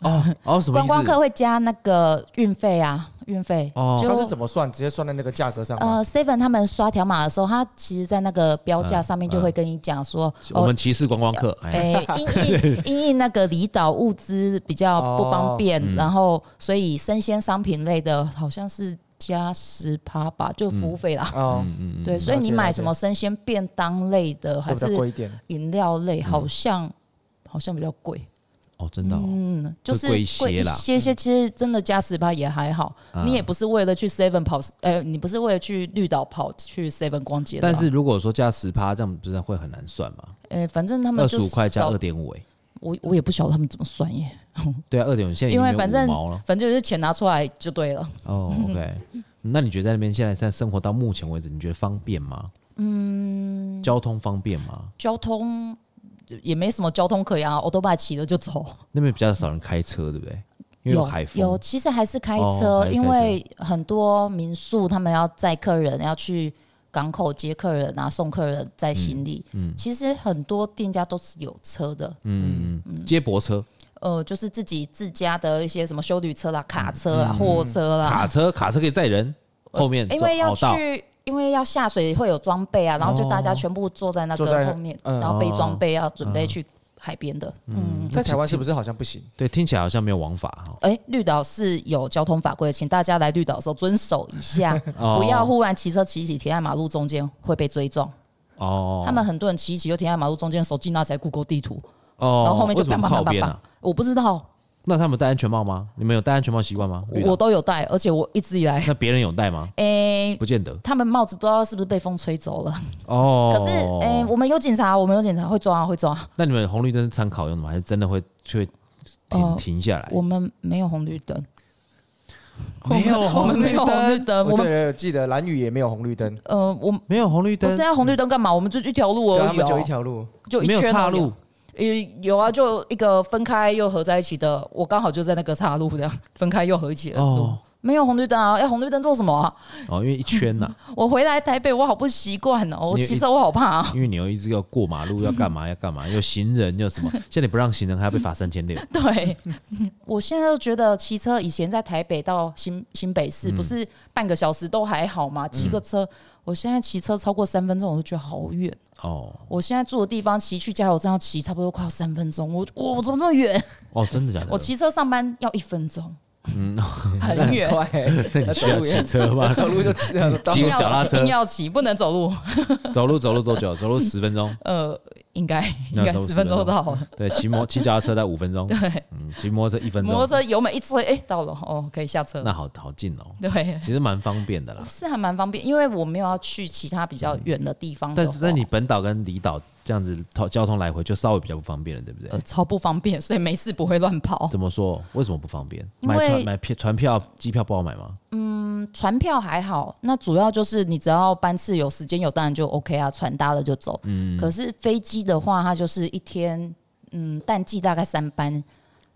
Speaker 1: 哦哦，什么
Speaker 3: 观
Speaker 1: 意
Speaker 3: 光客
Speaker 1: 思？
Speaker 3: 会加那个运费啊，运费
Speaker 1: 哦
Speaker 2: 他是
Speaker 3: 就
Speaker 2: 怎么算？直接算在那个价格上吗？
Speaker 3: 呃，seven 他们刷条码的时候，他其实在那个标价上面就会跟你讲说，
Speaker 1: 嗯我
Speaker 3: 哦，
Speaker 1: 们歧视观光客，哎，
Speaker 3: 哎，因应因应那个离岛物资比较不方便，然后所以生鲜商品类的好像是加十趴吧，就服务费啦。
Speaker 1: 嗯
Speaker 2: 哦，
Speaker 3: 对，所以
Speaker 2: 了
Speaker 3: 你
Speaker 2: 解
Speaker 3: 买
Speaker 2: 了
Speaker 3: 什
Speaker 2: 解
Speaker 3: 么生鲜便当类的，还
Speaker 2: 会比较
Speaker 3: 是
Speaker 2: 贵一点。
Speaker 3: 饮料类，好像、好像比较贵。
Speaker 1: 哦，真的哦，
Speaker 3: 嗯，就是
Speaker 1: 贵一
Speaker 3: 贵
Speaker 1: 些
Speaker 3: 一
Speaker 1: 啦啊
Speaker 3: 些些，其实真的加十趴也还好。你也不是为了去 Seven 跑，呃，你不是为了去绿岛跑去 Seven 逛街的啊。
Speaker 1: 但是如果说加十趴，这样不是会很难算吗？
Speaker 3: 呃，反正他们
Speaker 1: 二
Speaker 3: 就
Speaker 1: 十五块加
Speaker 3: 少
Speaker 1: 二，点五，哎，
Speaker 3: 我我也不晓得他们怎么算耶，
Speaker 1: 对啊，二点五现在已
Speaker 3: 因
Speaker 1: 经
Speaker 3: 为
Speaker 1: 没有
Speaker 3: 反
Speaker 1: 五
Speaker 3: 正
Speaker 1: 毛了。
Speaker 3: 反正就是钱拿出来就对了。
Speaker 1: 哦，OK，那你觉得在那边现在在生活到目前为止，你觉得方便吗？嗯，交通方便吗？
Speaker 3: 交通也没什么交通可以啊，欧都巴骑了就走。
Speaker 1: 那边比较少人开车，对不对？因为有海
Speaker 3: 有
Speaker 1: 风，
Speaker 3: 其实还是开
Speaker 1: 哦
Speaker 3: 车，
Speaker 1: 还是开
Speaker 3: 因为很多民宿他们要载客人，要去港口接客人啊，送客人载行李。其实很多店家都是有车的，
Speaker 1: 嗯嗯嗯嗯，接驳车、
Speaker 3: 呃，就是自己自家的一些什么修旅车啦、卡车
Speaker 1: 嗯
Speaker 3: 啦、货车
Speaker 1: 卡
Speaker 3: 啦，
Speaker 1: 车、卡车可以载人，后面
Speaker 3: 啊因为要
Speaker 1: 走凹道
Speaker 3: 去。因为要下水会有装备啊，
Speaker 1: 嗯
Speaker 3: 然后就大家全部坐在那
Speaker 2: 坐在
Speaker 3: 个后面，
Speaker 2: 嗯
Speaker 3: 然后背装备要准
Speaker 1: 嗯
Speaker 3: 备去海边的。嗯，
Speaker 2: 在台湾是不是好像不 行？
Speaker 1: 对，听起来好像没有王法哈。
Speaker 3: 哎、绿岛是有交通法规的，请大家来绿岛的时候遵守一下，
Speaker 1: 哦
Speaker 3: 不要忽然骑车骑一骑停在马路中间会被追撞。
Speaker 1: 哦，
Speaker 3: 他们很多人骑一骑就停在马路中间，手机拿起来 Google 地图，
Speaker 1: 哦，
Speaker 3: 然后后面就
Speaker 1: 为什
Speaker 3: 叭
Speaker 1: 么
Speaker 3: 叭
Speaker 1: 靠
Speaker 3: 叭叭
Speaker 1: 边
Speaker 3: 叭
Speaker 1: 啊？。
Speaker 3: 我不知道，
Speaker 1: 那他们戴安全帽吗？你们有戴安全帽习惯吗？
Speaker 3: 我都有戴，而且我一直以来，
Speaker 1: 那别人有戴吗？
Speaker 3: 哎、
Speaker 1: 不见得
Speaker 3: 他们帽子不知道是不是被风吹走了。
Speaker 1: 哦。
Speaker 3: 可是，哎、我们有警察，我们有警察会抓，会抓。
Speaker 1: 那你们红绿灯是参考用的吗？还是真的会就会停
Speaker 3: 哦
Speaker 1: 停下来？
Speaker 3: 我们没有红绿灯，
Speaker 2: 没有
Speaker 3: 我们没有红绿灯我们
Speaker 2: 对，记得蓝雨也没有红绿灯，
Speaker 3: 呃，我们
Speaker 1: 没有红绿
Speaker 3: 不
Speaker 1: 灯
Speaker 3: 是，要红绿灯干嘛？我们就一条路
Speaker 1: 啊
Speaker 2: 对，他
Speaker 3: 而已、
Speaker 2: 们
Speaker 3: 哦
Speaker 2: 就一条 路。
Speaker 3: 就一
Speaker 1: 没有
Speaker 3: 圈
Speaker 1: 岔
Speaker 3: 而已哦
Speaker 1: 路，
Speaker 3: 有有啊，就一个分开又合在一起的，我刚好就在那个岔路这样分开又合一起的路，
Speaker 1: 哦
Speaker 3: 没有红绿灯啊，要红绿灯做什么啊？
Speaker 1: 哦，因为一圈 呐，
Speaker 3: 我回来台北我好不习惯哦，我
Speaker 1: 你
Speaker 3: 骑车我好怕、啊，
Speaker 1: 因为你又一直要过马路，要干嘛要干嘛，有行人又什么，现在你不让行人还要被罚三千六。
Speaker 3: 对， 我现在都觉得骑车以前在台北到新新北市
Speaker 1: 嗯
Speaker 3: 不是半个小时都还好嘛，骑个车，我现在骑车超过三分钟我就觉得好远，
Speaker 1: 哦
Speaker 3: 我现在住的地方骑去加油站要骑差不多快要三分钟，我我怎么那么远？
Speaker 1: 哦，真的假的？
Speaker 3: 我骑车上班要一分钟，嗯， 很远。
Speaker 2: 快，
Speaker 1: 那你需要骑车 吗？
Speaker 2: 走路就骑了，到
Speaker 1: 骑
Speaker 3: 硬
Speaker 1: 个
Speaker 3: 要
Speaker 1: 脚踏车
Speaker 3: 硬要骑，不能走路。
Speaker 1: 走路走路多久？走路十分 钟，
Speaker 3: 呃，应该
Speaker 1: 那
Speaker 3: 应该
Speaker 1: 走
Speaker 3: 十分钟
Speaker 1: 10分钟
Speaker 3: 到了。
Speaker 1: 对，骑摩骑脚踏车在五分钟，
Speaker 3: 对，
Speaker 1: 嗯，骑摩托车一分
Speaker 3: 摩托
Speaker 1: 钟，
Speaker 3: 车油门一吹，哎，到了，哦，可以下车。
Speaker 1: 那好好近哦，
Speaker 3: 对，
Speaker 1: 其实蛮方便的啦。
Speaker 3: 是还蛮方便，因为我没有要去其他比较远的地方的
Speaker 1: 嗯但
Speaker 3: 话。
Speaker 1: 是那你本岛跟离岛这样子交交通来回就稍微比较不方便了，对不对？
Speaker 3: 呃超不方便，所以没事不会乱跑。
Speaker 1: 怎么说？为什么不方便？
Speaker 3: 因
Speaker 1: 买船
Speaker 3: 为
Speaker 1: 买票船票机票不好买吗？
Speaker 3: 船票还好，那主要就是你只要班次有时间有，当然就 OK 啊，船搭了就走。
Speaker 1: 嗯
Speaker 3: 可是飞机的话，它就是一天，嗯，淡季大概三班，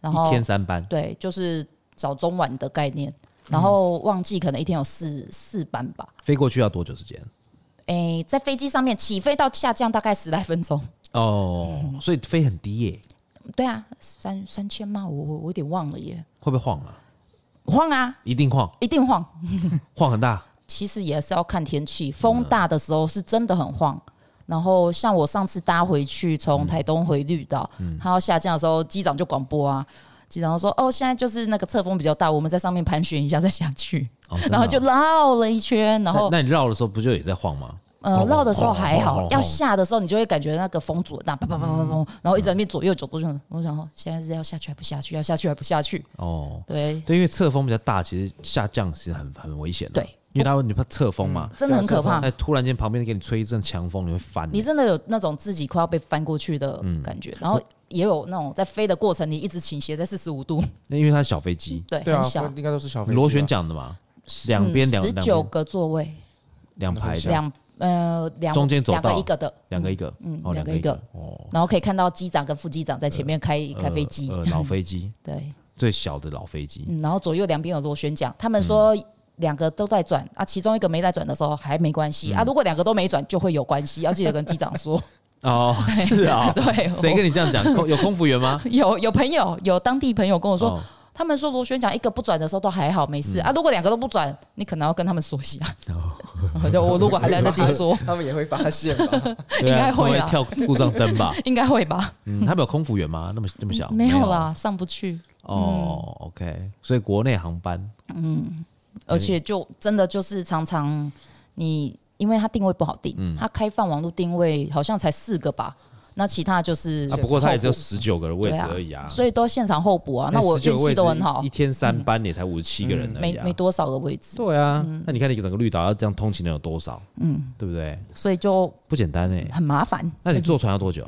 Speaker 3: 然后
Speaker 1: 一天三班，
Speaker 3: 对，就是早中晚的概念。然后旺季可能一天有四四班吧。
Speaker 1: 飞过去要多久时间？
Speaker 3: 诶，在飞机上面起飞到下降大概十来分钟。
Speaker 1: 哦，所以飞很低耶、
Speaker 3: 对啊，三三千吗？我我我有点忘了耶。
Speaker 1: 会不会晃啊？
Speaker 3: 晃啊，
Speaker 1: 一定晃，
Speaker 3: 一定晃。
Speaker 1: 晃很大。
Speaker 3: 其实也是要看天气，风大的时候是真的很晃。然后像我上次搭回去，从台东回绿岛，它要下降的时候，机长就广播啊，机长就说：“哦，现在就是那个侧风比较大，我们在上面盘旋一下再下去。
Speaker 1: 哦”真的
Speaker 3: 然后
Speaker 1: 哦
Speaker 3: 就绕了一圈，然
Speaker 1: 那
Speaker 3: 后
Speaker 1: 那你绕的时候不就也在晃吗？
Speaker 3: 呃，
Speaker 1: 哦
Speaker 3: 绕的时候还
Speaker 1: 哦哦嗯
Speaker 3: 好
Speaker 1: 哦，
Speaker 3: 要下的时候你就会感觉那个风阻很大，啪啪啪啪啪啪，然后一直在那边左右走过去。我想说，现在是要下去还不下去？要下去还不 下去？
Speaker 1: 哦，
Speaker 3: 对
Speaker 1: 对，因为侧风比较大，其实下降其实很很危险、的。啊
Speaker 3: 对，嗯
Speaker 1: 因为它你怕侧风嘛，
Speaker 3: 真的很可怕
Speaker 1: 哎、。突然间旁边给你吹一阵强风，你会翻。
Speaker 3: 你真的有那种自己快要被翻过去的
Speaker 1: 啊
Speaker 3: 感觉，然后也有那种在飞的过程你一直倾斜在四十五度，
Speaker 1: 因为它是小飞机，
Speaker 3: 对，
Speaker 2: 对啊
Speaker 3: 很，小，
Speaker 2: 应该都是小飞机吧
Speaker 1: 螺旋桨的嘛，两边两
Speaker 3: 嗯十
Speaker 1: 两
Speaker 3: 九
Speaker 1: 边
Speaker 3: 个座位，
Speaker 1: 两排的，
Speaker 2: 这
Speaker 3: 两呃两
Speaker 1: 中间走
Speaker 3: 两个
Speaker 1: 道
Speaker 3: 一个的，
Speaker 1: 两个一个，
Speaker 3: 嗯
Speaker 1: 哦，
Speaker 3: 两
Speaker 1: 个
Speaker 3: 个一个，
Speaker 1: 哦，
Speaker 3: 然后可以看到机长跟副机长在前面开开飞机，
Speaker 1: 呃，呃老飞 机，
Speaker 3: 对，
Speaker 1: 最小的老飞机，
Speaker 3: 嗯，然后左右两边有螺旋桨，
Speaker 1: 嗯
Speaker 3: 他们说。两个都在转啊，其中一个没在转的时候还没关系、
Speaker 1: 嗯
Speaker 3: 啊，如果两个都没转就会有关系，要记得跟机长说。
Speaker 1: 哦， 是啊、
Speaker 3: 对，
Speaker 1: 谁
Speaker 3: 我
Speaker 1: 跟你这样讲？空有空服员吗？哦
Speaker 3: 有有朋友有当地朋友 跟我
Speaker 1: 我
Speaker 3: 说，他们说螺旋桨一个不转的时候都还好没
Speaker 1: 嗯
Speaker 3: 事、啊，如果两个都不转，你可能要跟他们说一下。
Speaker 1: 哦
Speaker 3: 我就我如果还来得及 说，
Speaker 2: 他们也会发现吧？
Speaker 1: 对啊
Speaker 3: 应该
Speaker 1: 他
Speaker 3: 会啦
Speaker 1: 跳故障灯 吧？
Speaker 3: 应该会吧？
Speaker 1: 嗯，他们有空服员吗？那么那么小？啊
Speaker 3: 没有。啦，嗯上不去，
Speaker 1: 哦，OK，所以国内航班哎
Speaker 3: 而且就真的就是常常你因为它定位不好定，
Speaker 1: 嗯
Speaker 3: 它开放网络定位好像才四个吧，那其他就是
Speaker 1: 啊，
Speaker 2: 现
Speaker 1: 不过它
Speaker 2: 场
Speaker 1: 也只有
Speaker 2: 候补
Speaker 1: 十九个位置而已啊。
Speaker 3: 所以都现场候补啊。
Speaker 1: 哎
Speaker 3: 那我
Speaker 1: 19
Speaker 3: 运
Speaker 1: 个位
Speaker 3: 气
Speaker 1: 置
Speaker 3: 都很好
Speaker 1: 一，天三班也才五十七个人而
Speaker 3: 没
Speaker 1: 已啊
Speaker 3: 没。多嗯少个位置，
Speaker 1: 对啊，那你看你整个绿岛要这样通勤的有多少？嗯，对不对？
Speaker 3: 所以就
Speaker 1: 不简单哎。
Speaker 3: 很麻烦。
Speaker 1: 那你坐船要多久？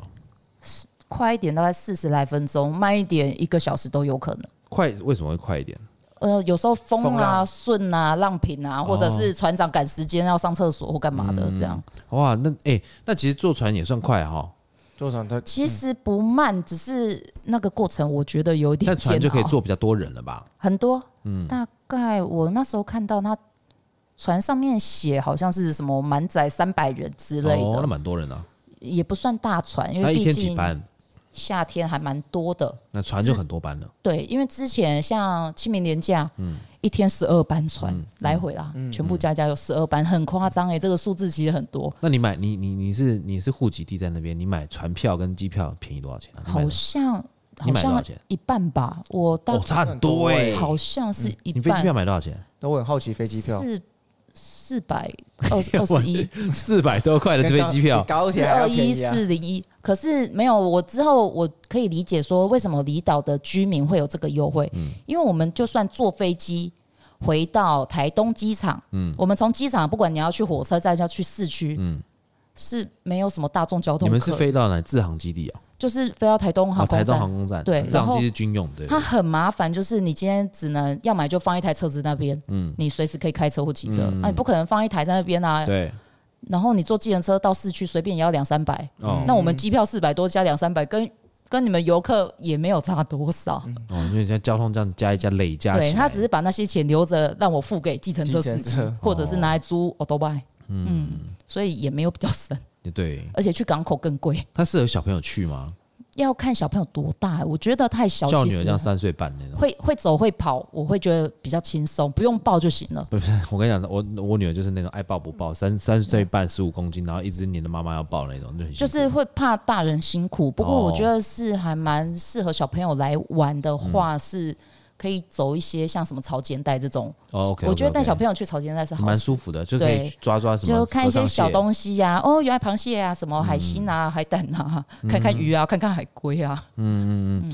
Speaker 3: 快一点大概四十来分钟，慢一点一个小时都有可能。
Speaker 1: 快为什么会快一点？
Speaker 3: 呃，有时候风
Speaker 2: 风
Speaker 3: 啊、
Speaker 2: 浪
Speaker 3: 顺啊、浪平
Speaker 1: 哦
Speaker 3: 啊，或者是船长赶时间要上厕所或干嘛
Speaker 1: 嗯
Speaker 3: 的，这样、
Speaker 1: 哇，那哎，那其实坐船也算快哈，
Speaker 2: 坐船他
Speaker 3: 其实不慢，只是那个过程我觉得有一点
Speaker 1: 但
Speaker 3: 煎
Speaker 1: 船就可以嗯
Speaker 3: 熬
Speaker 1: 坐比较多人了吧？
Speaker 3: 很多，大概我那时候看到他船上面写好像是什么满载三百人之类
Speaker 1: 哦，
Speaker 3: 的，
Speaker 1: 那蛮多人啊。
Speaker 3: 也不算大船，因
Speaker 1: 那
Speaker 3: 为
Speaker 1: 一
Speaker 3: 毕
Speaker 1: 天几
Speaker 3: 竟
Speaker 1: 班？
Speaker 3: 夏天还蛮多的。
Speaker 1: 那船就很多班了。
Speaker 3: 对，因为之前像清明年假，一天十二班
Speaker 1: 嗯
Speaker 3: 船、来回啦，全部加加有十二班，很夸张哎，这个数字其实很多。
Speaker 1: 那你买你你你是你是户籍地在那边，你买船票跟机票便宜多少钱啊？你买
Speaker 3: 好
Speaker 1: 的
Speaker 3: 像
Speaker 1: 你
Speaker 3: 好
Speaker 1: 买多少
Speaker 3: 像
Speaker 1: 钱
Speaker 3: 一半吧，我大
Speaker 1: 哦，差很多哎、
Speaker 2: 对
Speaker 3: 欸好像是一
Speaker 1: 你飞机
Speaker 3: 半
Speaker 1: 票，买多少钱？
Speaker 2: 那我很好奇飞机票，
Speaker 3: 四四百二 二十一
Speaker 1: 四百多块的
Speaker 2: 跟
Speaker 1: 呃飞
Speaker 2: 高
Speaker 1: 机票
Speaker 2: 比，高
Speaker 3: 四
Speaker 2: 铁还要
Speaker 3: 二
Speaker 2: 便
Speaker 3: 一
Speaker 2: 宜啊！
Speaker 3: 四零一。可是没有，我之后我可以理解说为什么离岛的居民会有这个优惠，
Speaker 1: 嗯
Speaker 3: 因为我们就算坐飞机。回到台东机场，
Speaker 1: 嗯
Speaker 3: 我们从机场不管你要去火车站，要去市区，是没有什么大众交通
Speaker 1: 你
Speaker 3: 可。
Speaker 1: 们是飞到哪？自航基地哦，
Speaker 3: 就是飞到台东航
Speaker 1: 哦，台东
Speaker 3: 空站，
Speaker 1: 航空站，
Speaker 3: 对
Speaker 1: 自
Speaker 3: 然
Speaker 1: 航
Speaker 3: 后
Speaker 1: 基地是军用对不
Speaker 3: 它
Speaker 1: 对。
Speaker 3: 很麻烦，就是你今天只能要买就放一台车子那边，你随时可以开车或骑车，啊，你不可能放一台在那边啊。
Speaker 1: 嗯对，
Speaker 3: 然后你坐计程车到市区随便也要两三百，
Speaker 1: 哦
Speaker 3: 那我们机票四百多加两三百，跟跟你们游客也没有差多少。
Speaker 1: 哦，因为现在交通这样加一加累加起来，
Speaker 3: 对他只是把那些钱留着让我付给计程车司
Speaker 2: 计
Speaker 3: 机
Speaker 2: 程车，
Speaker 3: 或者是拿来租 o t o b i 嗯，所以也没有比较省，
Speaker 1: 也对，
Speaker 3: 而且去港口更贵。
Speaker 1: 它适合小朋友去吗？
Speaker 3: 要看小朋友多大，欸我觉得太小啊
Speaker 1: 叫
Speaker 3: 其
Speaker 1: 女儿
Speaker 3: 实
Speaker 1: 这样三岁半那种。
Speaker 3: 会会走会跑，我会觉得比较轻松，不用抱就行了。
Speaker 1: 不是，我跟你讲，我我女儿就是那种爱抱不
Speaker 3: 嗯
Speaker 1: 抱，三三岁半十五公斤，然后一直黏着妈妈要抱那种，就很辛苦
Speaker 3: 就是会怕大人辛苦，不过
Speaker 1: 哦
Speaker 3: 我觉得是还蛮适合小朋友来玩的话，
Speaker 1: 嗯
Speaker 3: 是可以走一些像什么潮间带这种。
Speaker 1: 哦，OK，
Speaker 3: 我觉得带小朋
Speaker 1: 友
Speaker 3: 友去潮间带是好
Speaker 1: 蛮
Speaker 3: 事，
Speaker 1: 舒服的，就可以
Speaker 3: 对
Speaker 1: 去抓抓什么
Speaker 3: 就
Speaker 1: 河
Speaker 3: 看一些
Speaker 1: 上蟹
Speaker 3: 小东西呀、哦，原来螃蟹啊，什么海星啊、
Speaker 1: 嗯
Speaker 3: 海胆啊，看看鱼啊，看看海龟啊。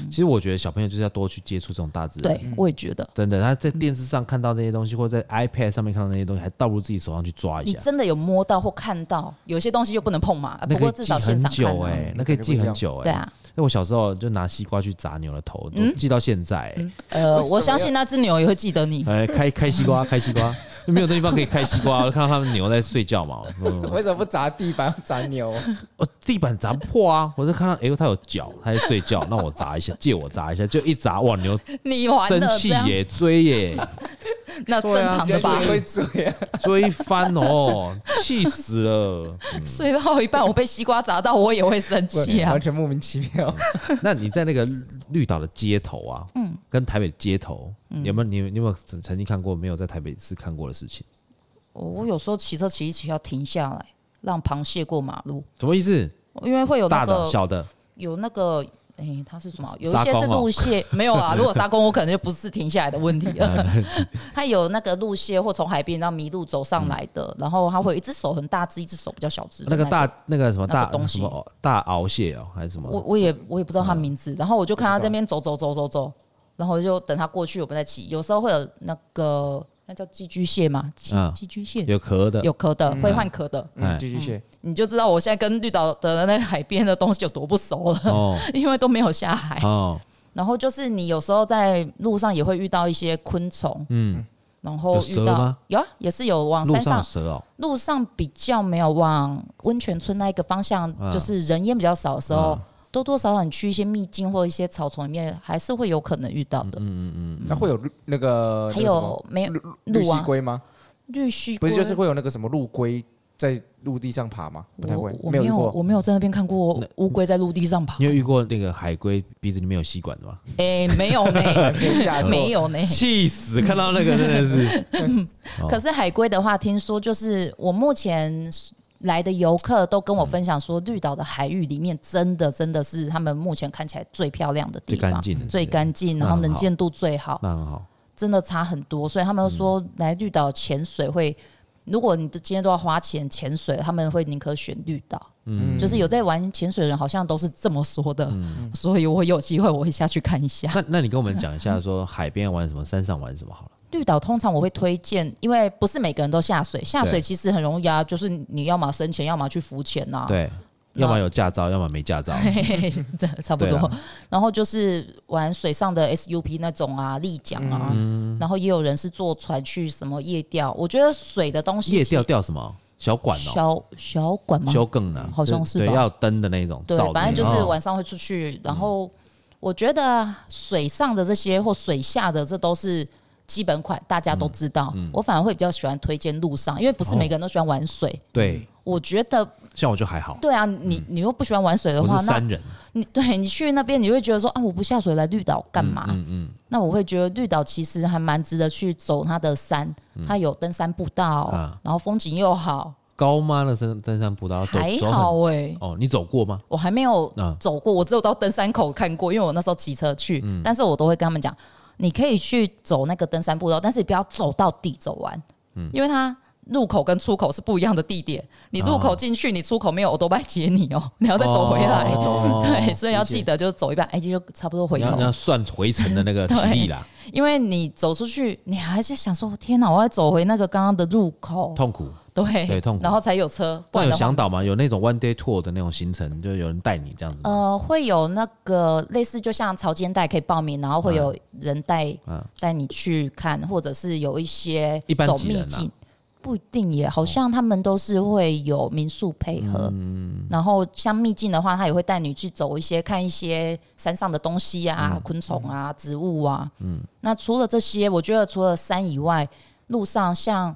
Speaker 1: 其实我觉得小朋友就是要多去接触这种大自然。
Speaker 3: 对，我也觉得。
Speaker 1: 真的，他在电视上看到那些东西，或者在 iPad 上面看到那些东西，还倒入自己手上去抓一
Speaker 3: 你
Speaker 1: 下。
Speaker 3: 真的有摸到或看到，有些东西又不能碰嘛。啊
Speaker 1: 那
Speaker 3: 不
Speaker 1: 可
Speaker 3: 过
Speaker 1: 以
Speaker 3: 至
Speaker 1: 记
Speaker 3: 少现
Speaker 1: 很
Speaker 3: 场看
Speaker 1: 久
Speaker 3: 到
Speaker 1: 哎、，
Speaker 2: 嗯
Speaker 1: 那可以记很久哎、
Speaker 3: 对啊，嗯
Speaker 1: 那我小时候就拿西瓜去砸牛的头，都记到现在、欸。
Speaker 3: 呃，
Speaker 2: 为什么
Speaker 3: 我相信那只牛也会记得你。
Speaker 1: 哎，开开西瓜，开西 瓜，就没有地方可以开西瓜，我就看到他们牛在睡觉嘛。我
Speaker 2: 为什么不砸地板砸牛？
Speaker 1: 我哦地板砸破啊！我就看到，哎、呦，它有脚，它在睡觉，那我砸一下，借我砸一下，就一砸，哇，牛
Speaker 3: 你完
Speaker 1: 生
Speaker 3: 了这
Speaker 1: 气
Speaker 3: 样，
Speaker 1: 耶，追耶，
Speaker 3: 那正常的
Speaker 2: 人
Speaker 3: 吧？
Speaker 2: 也会追啊！
Speaker 1: 追翻哦，气死了。
Speaker 3: 睡到一半，我被西瓜砸到，我也会生气啊
Speaker 2: 完！全莫名其妙。
Speaker 1: 那你在那个绿岛的街头啊，嗯，跟台北的街头，
Speaker 3: 嗯
Speaker 1: 有没有你有你有没有曾曾经看过没有在台北市看过的事情？
Speaker 3: 我我有时候骑车骑一骑要停下来，让螃蟹过马路，
Speaker 1: 什么意思？
Speaker 3: 因为会有那
Speaker 1: 大的
Speaker 3: 个
Speaker 1: 小的
Speaker 3: 有那个哎、它是什么？有一
Speaker 1: 沙
Speaker 3: 些是
Speaker 1: 公哦
Speaker 3: 路蟹，没有 啊。如果沙公，我可能就不是停下来的问题
Speaker 1: 啊
Speaker 3: 了。它有那个路蟹，或从海边然后迷路走上来的，然后它会有一只手很大只，一只手比较小只的
Speaker 1: 那个
Speaker 3: 种
Speaker 1: 大那个什么
Speaker 3: 那个
Speaker 1: 大
Speaker 3: 东西
Speaker 1: 什么大鳌蟹哦，还是什
Speaker 3: 我
Speaker 1: 么？
Speaker 3: 我也我也不知道
Speaker 1: 嗯
Speaker 3: 他名字，然后我就看他这边走走走走走，然后就等他过去，我们再骑。有时候会有那个那叫寄居蟹嘛，寄
Speaker 1: 嗯
Speaker 3: 寄居蟹
Speaker 1: 有壳的，
Speaker 3: 有壳的，会换壳的，
Speaker 1: 哎
Speaker 2: 嗯，寄居蟹，
Speaker 3: 你就知道我现在跟绿岛的那个海边的东西有多不熟了，
Speaker 1: 哦
Speaker 3: 因为都没有下海。
Speaker 1: 哦，
Speaker 3: 然后就是你有时候在路上也会遇到一些昆虫，
Speaker 1: 嗯，
Speaker 3: 然后
Speaker 1: 有
Speaker 3: 遇
Speaker 1: 蛇
Speaker 3: 到
Speaker 1: 吗
Speaker 3: 有啊，也是有往
Speaker 1: 路
Speaker 3: 山
Speaker 1: 上有
Speaker 3: 上
Speaker 1: 蛇哦，
Speaker 3: 路上比较没有往温泉村那一个方向，
Speaker 1: 嗯
Speaker 3: 就是人烟比较少的时候，
Speaker 1: 嗯
Speaker 3: 多多少少你去一些秘境或一些草丛里面，还是会有可能遇到的。
Speaker 1: 嗯
Speaker 2: 那会有绿那个
Speaker 3: 嗯还
Speaker 2: 那个什么
Speaker 3: 有没有
Speaker 2: 绿绿
Speaker 3: 鹿啊
Speaker 2: 蜥龟吗？
Speaker 3: 绿须
Speaker 2: 不
Speaker 3: 龟？
Speaker 2: 是，就是会有那个什么陆龟在陆地上爬吗？不太会
Speaker 3: 我，我
Speaker 2: 没
Speaker 3: 没
Speaker 2: 有遇
Speaker 3: 有啊
Speaker 2: 过。
Speaker 3: 我没有在那边看过乌龟在陆地上爬
Speaker 1: 你。有遇过那个海龟鼻子里面有吸管的吗？
Speaker 3: 哎、没有呢，
Speaker 2: 没下过
Speaker 3: 没有呢。
Speaker 1: 气死！看到那个真的是，哦
Speaker 3: 可是海龟的话，听说就是我目前来的游客都跟我分享说，绿岛的海域里面真的真的是他们目前看起来最漂亮的 地
Speaker 1: 最干
Speaker 3: 方，
Speaker 1: 净的，嗯
Speaker 3: 最干净，然
Speaker 1: 那
Speaker 3: 后
Speaker 1: 很
Speaker 3: 能
Speaker 1: 好
Speaker 3: 见度最好。
Speaker 1: 那很好，
Speaker 3: 真的差很多，所以他们说来绿岛潜水会，如果你今天都要花钱潜水，他们会宁可选绿岛。
Speaker 2: 嗯
Speaker 3: 就是有在玩潜水的人好像都是这么说的，
Speaker 1: 嗯
Speaker 3: 所以我有机会我会下去看一下。
Speaker 1: 那那你跟我们讲一下，说海边玩什么，山上玩什么好了。
Speaker 3: 绿岛通常我会推荐，因为不是每个人都下水，下水其实很容易啊，就是你要么深潜，要么去浮潜呐、
Speaker 1: 对，
Speaker 3: 嗯那
Speaker 1: 要么有驾照，要么没驾照。
Speaker 3: 嘿，对，差不
Speaker 1: 对
Speaker 3: 多
Speaker 1: 啊。
Speaker 3: 然后就是玩水上的 SUP 那种啊，立桨
Speaker 2: 嗯
Speaker 3: 啊，
Speaker 1: 嗯
Speaker 3: 然后也有人是坐船去什么夜钓。我觉得水的东西
Speaker 1: 夜
Speaker 3: 其
Speaker 1: 钓钓什么？小管哦，
Speaker 3: 小小管吗？
Speaker 1: 修更呢，
Speaker 3: 好像是
Speaker 1: 对，
Speaker 3: 吧
Speaker 1: 要灯的那种，哦
Speaker 3: 对
Speaker 1: 照，的
Speaker 3: 反正
Speaker 1: 那
Speaker 3: 就是
Speaker 1: 种
Speaker 3: 晚上会出去，
Speaker 1: 嗯
Speaker 3: 然后我觉得水上的这些或水下的这都是。基本款大家都知道，我反而会比较喜欢推荐路上，因为不是
Speaker 1: 嗯哦
Speaker 3: 每个人都喜欢玩水。
Speaker 1: 对，
Speaker 3: 我觉得，
Speaker 1: 像我就还好，
Speaker 3: 对啊，你你又不喜欢玩水的
Speaker 1: 嗯我
Speaker 3: 话，
Speaker 1: 是
Speaker 3: 那
Speaker 1: 山人，
Speaker 3: 你对你去那边，你会觉得说啊，我不下水来绿岛干嘛？
Speaker 1: 嗯嗯，
Speaker 3: 那我会觉得绿岛其实还蛮值得去走它的山，它有登山步道，
Speaker 1: 嗯啊
Speaker 3: 然后风景又好，
Speaker 1: 高吗？那登登山步道走
Speaker 3: 还
Speaker 1: 走
Speaker 3: 好
Speaker 1: 很
Speaker 3: 哎、
Speaker 1: 哦，你走过吗？
Speaker 3: 我还没有
Speaker 1: 啊
Speaker 3: 走过，我只有到登山口看过，因为我那时候骑车去，
Speaker 1: 嗯
Speaker 3: 但是我都会跟他们讲，你可以去走那个登山步道，但是你不要走到底走完，
Speaker 1: 嗯
Speaker 3: 因为它。入口跟出口是不一样的地点，你入口进去，你出口没有欧多拜接你哦、 你要再走回来。
Speaker 1: 哦
Speaker 3: 对，所以要
Speaker 2: 理解
Speaker 3: 记得就是走一半，哎、就差不多回
Speaker 1: 你要
Speaker 3: 头
Speaker 1: 你，要算回程的那个体
Speaker 3: 对
Speaker 1: 力啦，
Speaker 3: 因为你走出去，你还是想说，天哪，我要走回那个刚刚的入口，
Speaker 1: 痛苦。
Speaker 3: 对
Speaker 1: 对痛苦
Speaker 3: 然后才有车。不
Speaker 1: 那有
Speaker 3: 然的话
Speaker 1: 向导吗？有那种 one day tour 的那种行程，就有人带你这样子吗？
Speaker 3: 呃，会有那个类似，就像潮间带可以报名，然后会有人带
Speaker 1: 嗯
Speaker 3: 带、你去看，或者是有一些
Speaker 1: 一般
Speaker 3: 走
Speaker 1: 几人
Speaker 3: 秘
Speaker 1: 啊
Speaker 3: 境，不一定耶，好像他们都是会有民宿配合。
Speaker 1: 嗯
Speaker 3: 然后像秘境的话，他也会带你去走一些看一些山上的东西啊、
Speaker 1: 嗯
Speaker 3: 昆虫啊、植物啊。嗯，那除了这些，我觉得除了山以外，路上像。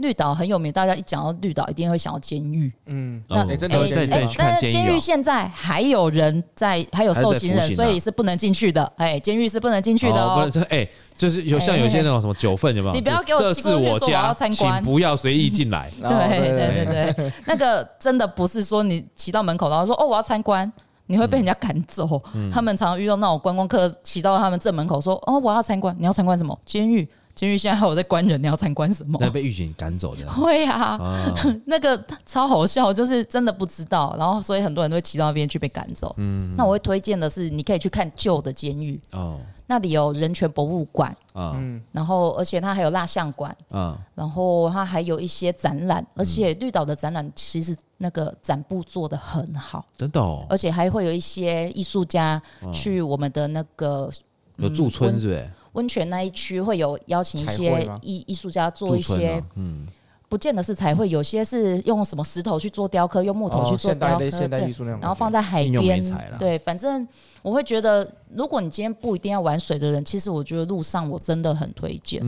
Speaker 3: 绿岛很有名，大家一讲到绿岛，一定会想到监狱。
Speaker 2: 嗯，
Speaker 1: 哦
Speaker 2: 哎真的
Speaker 1: 对
Speaker 2: 有
Speaker 1: 对
Speaker 2: 监狱
Speaker 1: 对，
Speaker 2: 吗
Speaker 1: 去
Speaker 3: 但
Speaker 1: 看
Speaker 3: 是
Speaker 1: 监
Speaker 3: 监
Speaker 1: 狱
Speaker 3: 狱
Speaker 1: 哦
Speaker 3: 现在还有人在，还有受刑人，
Speaker 1: 还在服刑啊
Speaker 3: 所以是不能进去的。哎，监狱是不能进去的
Speaker 1: 不
Speaker 3: 哦
Speaker 1: 能。这哎、就是有像有些那种什么九份有没有？
Speaker 3: 你不要给我
Speaker 1: 这
Speaker 3: 寄
Speaker 1: 是
Speaker 3: 过去
Speaker 1: 我
Speaker 3: 说我
Speaker 1: 家，
Speaker 3: 要参观
Speaker 1: 请不要随意进来。
Speaker 2: 哦
Speaker 3: 对
Speaker 2: 对对
Speaker 3: 对对对，那个真的不是说你骑到门口，然后说哦我要参观，你会被人家赶走。
Speaker 1: 嗯
Speaker 3: 他们常遇到那种观光客骑到他们正门口说哦我要参观，你要参观什么？监狱，监狱现在还有在关人，你要参观什么？
Speaker 1: 那被狱警赶走 的
Speaker 3: 会啊，
Speaker 1: 啊，
Speaker 3: 那个超好笑，就是真的不知道，然后所以很多人都会骑到那边去被赶走。
Speaker 1: 嗯
Speaker 3: 那我会推荐的是，你可以去看旧的监狱，
Speaker 1: 哦，
Speaker 3: 那里有人权博物馆，
Speaker 1: 啊
Speaker 3: 然后而且它还有蜡像馆，
Speaker 1: 啊，
Speaker 3: 然后它还有一些展览，而且绿岛的展览其实那个展布做的很好，
Speaker 1: 真的哦，
Speaker 3: 而且还会有一些艺术家
Speaker 2: 嗯
Speaker 3: 去我们的那个嗯
Speaker 1: 有驻村是不是？
Speaker 3: 温泉那一区会有邀请一
Speaker 2: 彩绘
Speaker 3: 些
Speaker 2: 吗哦
Speaker 3: 艺艺术家做
Speaker 1: 驻
Speaker 3: 一
Speaker 1: 村
Speaker 3: 些
Speaker 1: 啊，嗯，
Speaker 3: 不见得是彩绘，有些是用什么石头去做雕刻，用木头
Speaker 2: 哦
Speaker 3: 去做
Speaker 2: 现
Speaker 3: 雕
Speaker 2: 代
Speaker 3: 刻，
Speaker 2: 类现代
Speaker 3: 对
Speaker 2: 艺术那种感觉，
Speaker 3: 然后放在海
Speaker 1: 应用美
Speaker 3: 边
Speaker 1: 材啦，
Speaker 3: 对，反正我会觉得，如果你今天不一定要玩水的人，其实我觉得路上我真的很推荐。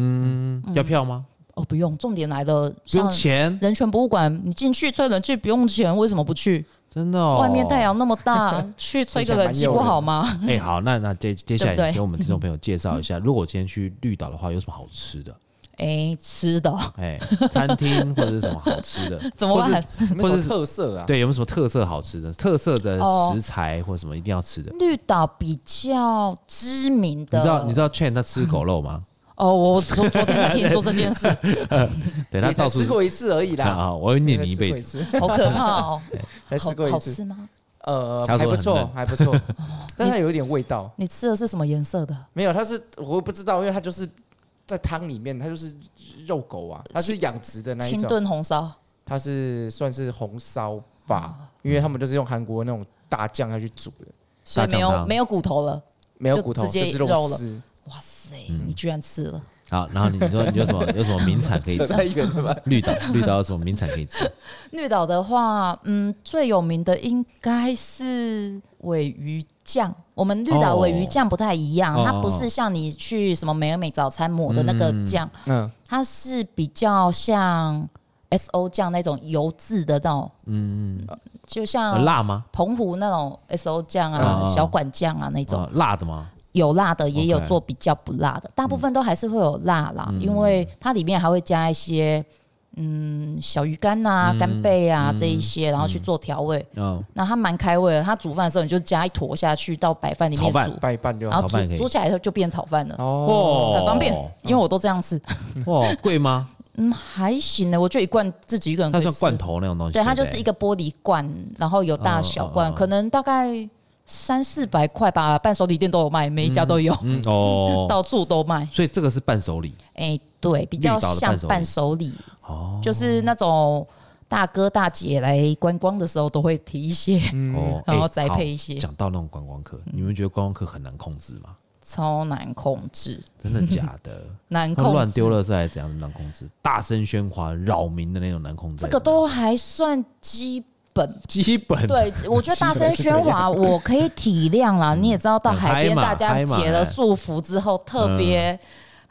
Speaker 1: 要票吗？
Speaker 3: 哦，不用，重点来了，
Speaker 1: 嗯不用
Speaker 3: 像
Speaker 1: 钱，
Speaker 3: 人权博物馆，你进去吹冷气不用钱，为什么不去？
Speaker 1: 真的哦。
Speaker 3: 外面啊太阳那么大，去吹个冷气不好吗？
Speaker 1: 哎，好，那那接接下来
Speaker 3: 对不对
Speaker 1: 你给我们听众朋友介绍一下，如果我今天去绿岛的话，有什么好吃的？
Speaker 3: 哎，吃的 哦
Speaker 1: 哎，餐厅或者是什么好吃 的，
Speaker 3: 怎么
Speaker 1: 或是
Speaker 3: 办？
Speaker 2: 有没有
Speaker 1: 或者
Speaker 2: 什么
Speaker 1: 是
Speaker 2: 特色啊？，
Speaker 1: 对，有没有什么特色好吃的？特色的
Speaker 3: 哦
Speaker 1: 食材或者什么一定要吃的？
Speaker 3: 绿岛比较知名的，
Speaker 1: 你知道你知道 Chen 他吃狗肉 吗？
Speaker 3: 哦，我昨昨天才听你说这件 事，
Speaker 1: 对他到
Speaker 2: 才
Speaker 1: 处
Speaker 2: 吃过一次而已啦，
Speaker 1: 啊，我会念你一辈子。
Speaker 2: 子，
Speaker 3: 好可怕哦，
Speaker 2: 才吃
Speaker 3: 好
Speaker 2: 过一
Speaker 3: 好
Speaker 2: 次，
Speaker 3: 吃吗？
Speaker 2: 呃，
Speaker 1: 他
Speaker 2: 还
Speaker 1: 说
Speaker 2: 不
Speaker 1: 很
Speaker 2: 错，
Speaker 1: 嫩
Speaker 2: 还不 错，但它有一点味道。
Speaker 3: 你吃的是什么颜色的？
Speaker 2: 没有，它是我不知道，因为它就是在汤里面，它就是肉狗啊，它是养殖的那一
Speaker 3: 清
Speaker 2: 种，
Speaker 3: 炖红烧，
Speaker 2: 它是算是红烧吧，因为他们就是用韩国那种大酱下去煮的，
Speaker 3: 所以没
Speaker 1: 大酱
Speaker 3: 有
Speaker 1: 汤
Speaker 3: 没有骨头了。
Speaker 2: 没有
Speaker 3: 就
Speaker 2: 骨头，
Speaker 3: 直接
Speaker 2: 就是
Speaker 3: 肉了
Speaker 2: 丝，
Speaker 3: 哇塞，
Speaker 1: 嗯
Speaker 3: 你居然吃了！
Speaker 1: 好，然后你说你有什 么有什么名产可以
Speaker 2: 扯
Speaker 1: 吃？
Speaker 2: 太远了吧？
Speaker 1: 绿岛绿岛有什么名产可以吃？
Speaker 3: 绿岛的话，嗯，最有名的应该是尾鱼酱。我们绿岛
Speaker 1: 哦
Speaker 3: 尾鱼酱不太一样，
Speaker 1: 哦
Speaker 3: 它不是像你去什么美而美早餐抹的那个酱，
Speaker 2: 嗯，
Speaker 3: 它是比较像 S O 酱那种油渍的那种，嗯，就
Speaker 1: 有
Speaker 3: 像
Speaker 1: 辣吗？
Speaker 3: 澎湖那种 S O 酱啊、
Speaker 1: 哦
Speaker 3: 小管酱啊那种，
Speaker 1: 啊辣的吗？
Speaker 3: 有辣的，也有
Speaker 1: OK 嗯
Speaker 3: 做比较不辣的，大部分都还是会有辣啦，因为它里面还会加一些嗯小鱼干呐、干贝啊、这一些，然后去做调味。
Speaker 1: 嗯，
Speaker 3: 那它蛮开胃的，它煮饭的时候你就加一坨下去到白饭里面
Speaker 1: 炒饭
Speaker 3: 煮，
Speaker 2: 拌一拌就
Speaker 3: 然
Speaker 2: 好。
Speaker 3: 后
Speaker 1: 炒饭也可
Speaker 3: 煮
Speaker 1: 以
Speaker 3: 煮起来以后就变炒饭了，
Speaker 2: 哦，
Speaker 3: 很方便。因为我都这样吃，
Speaker 1: 哇，哦贵 吗？
Speaker 3: 嗯，还行呢，我就一罐自己一个人可
Speaker 1: 它
Speaker 3: 以吃。
Speaker 1: 算罐头那种东西。
Speaker 3: 对，它
Speaker 1: 不
Speaker 3: 就是一个玻璃罐，然后有大小
Speaker 1: 哦
Speaker 3: 罐，
Speaker 1: 哦哦
Speaker 3: 可能大概三四百块吧，伴手礼店都有卖，每一家都有，
Speaker 1: 嗯哦，
Speaker 3: 到处都卖。
Speaker 1: 所以这个是伴手礼
Speaker 3: 哎、对，比较
Speaker 1: 绿岛的
Speaker 3: 像
Speaker 1: 伴手礼
Speaker 3: 伴手礼，
Speaker 1: 哦
Speaker 3: 就是那种大哥大姐来观光的时候都会提一
Speaker 1: 哦，
Speaker 3: 些，嗯然后
Speaker 1: 哎
Speaker 3: 再
Speaker 1: 好
Speaker 3: 配一些，嗯
Speaker 1: 讲到那种观光客，你们觉得观光客很难控制吗？
Speaker 3: 超难控制，
Speaker 1: 真的假 的？
Speaker 3: 难
Speaker 1: 他
Speaker 3: 控
Speaker 1: 们
Speaker 3: 制。
Speaker 1: 乱丢垃圾还是怎样难控制？大声喧哗扰民的那种难控制还
Speaker 3: 这
Speaker 1: 是怎样，
Speaker 3: 个都还算基 本。
Speaker 1: 基本
Speaker 3: 对，我觉得大声喧哗我可以体谅啦。你也知道，到海
Speaker 1: 嗯很嗨
Speaker 3: 边
Speaker 1: 嘛
Speaker 3: 大家
Speaker 1: 嗨嘛哎嗯
Speaker 3: 解了束缚之后，特别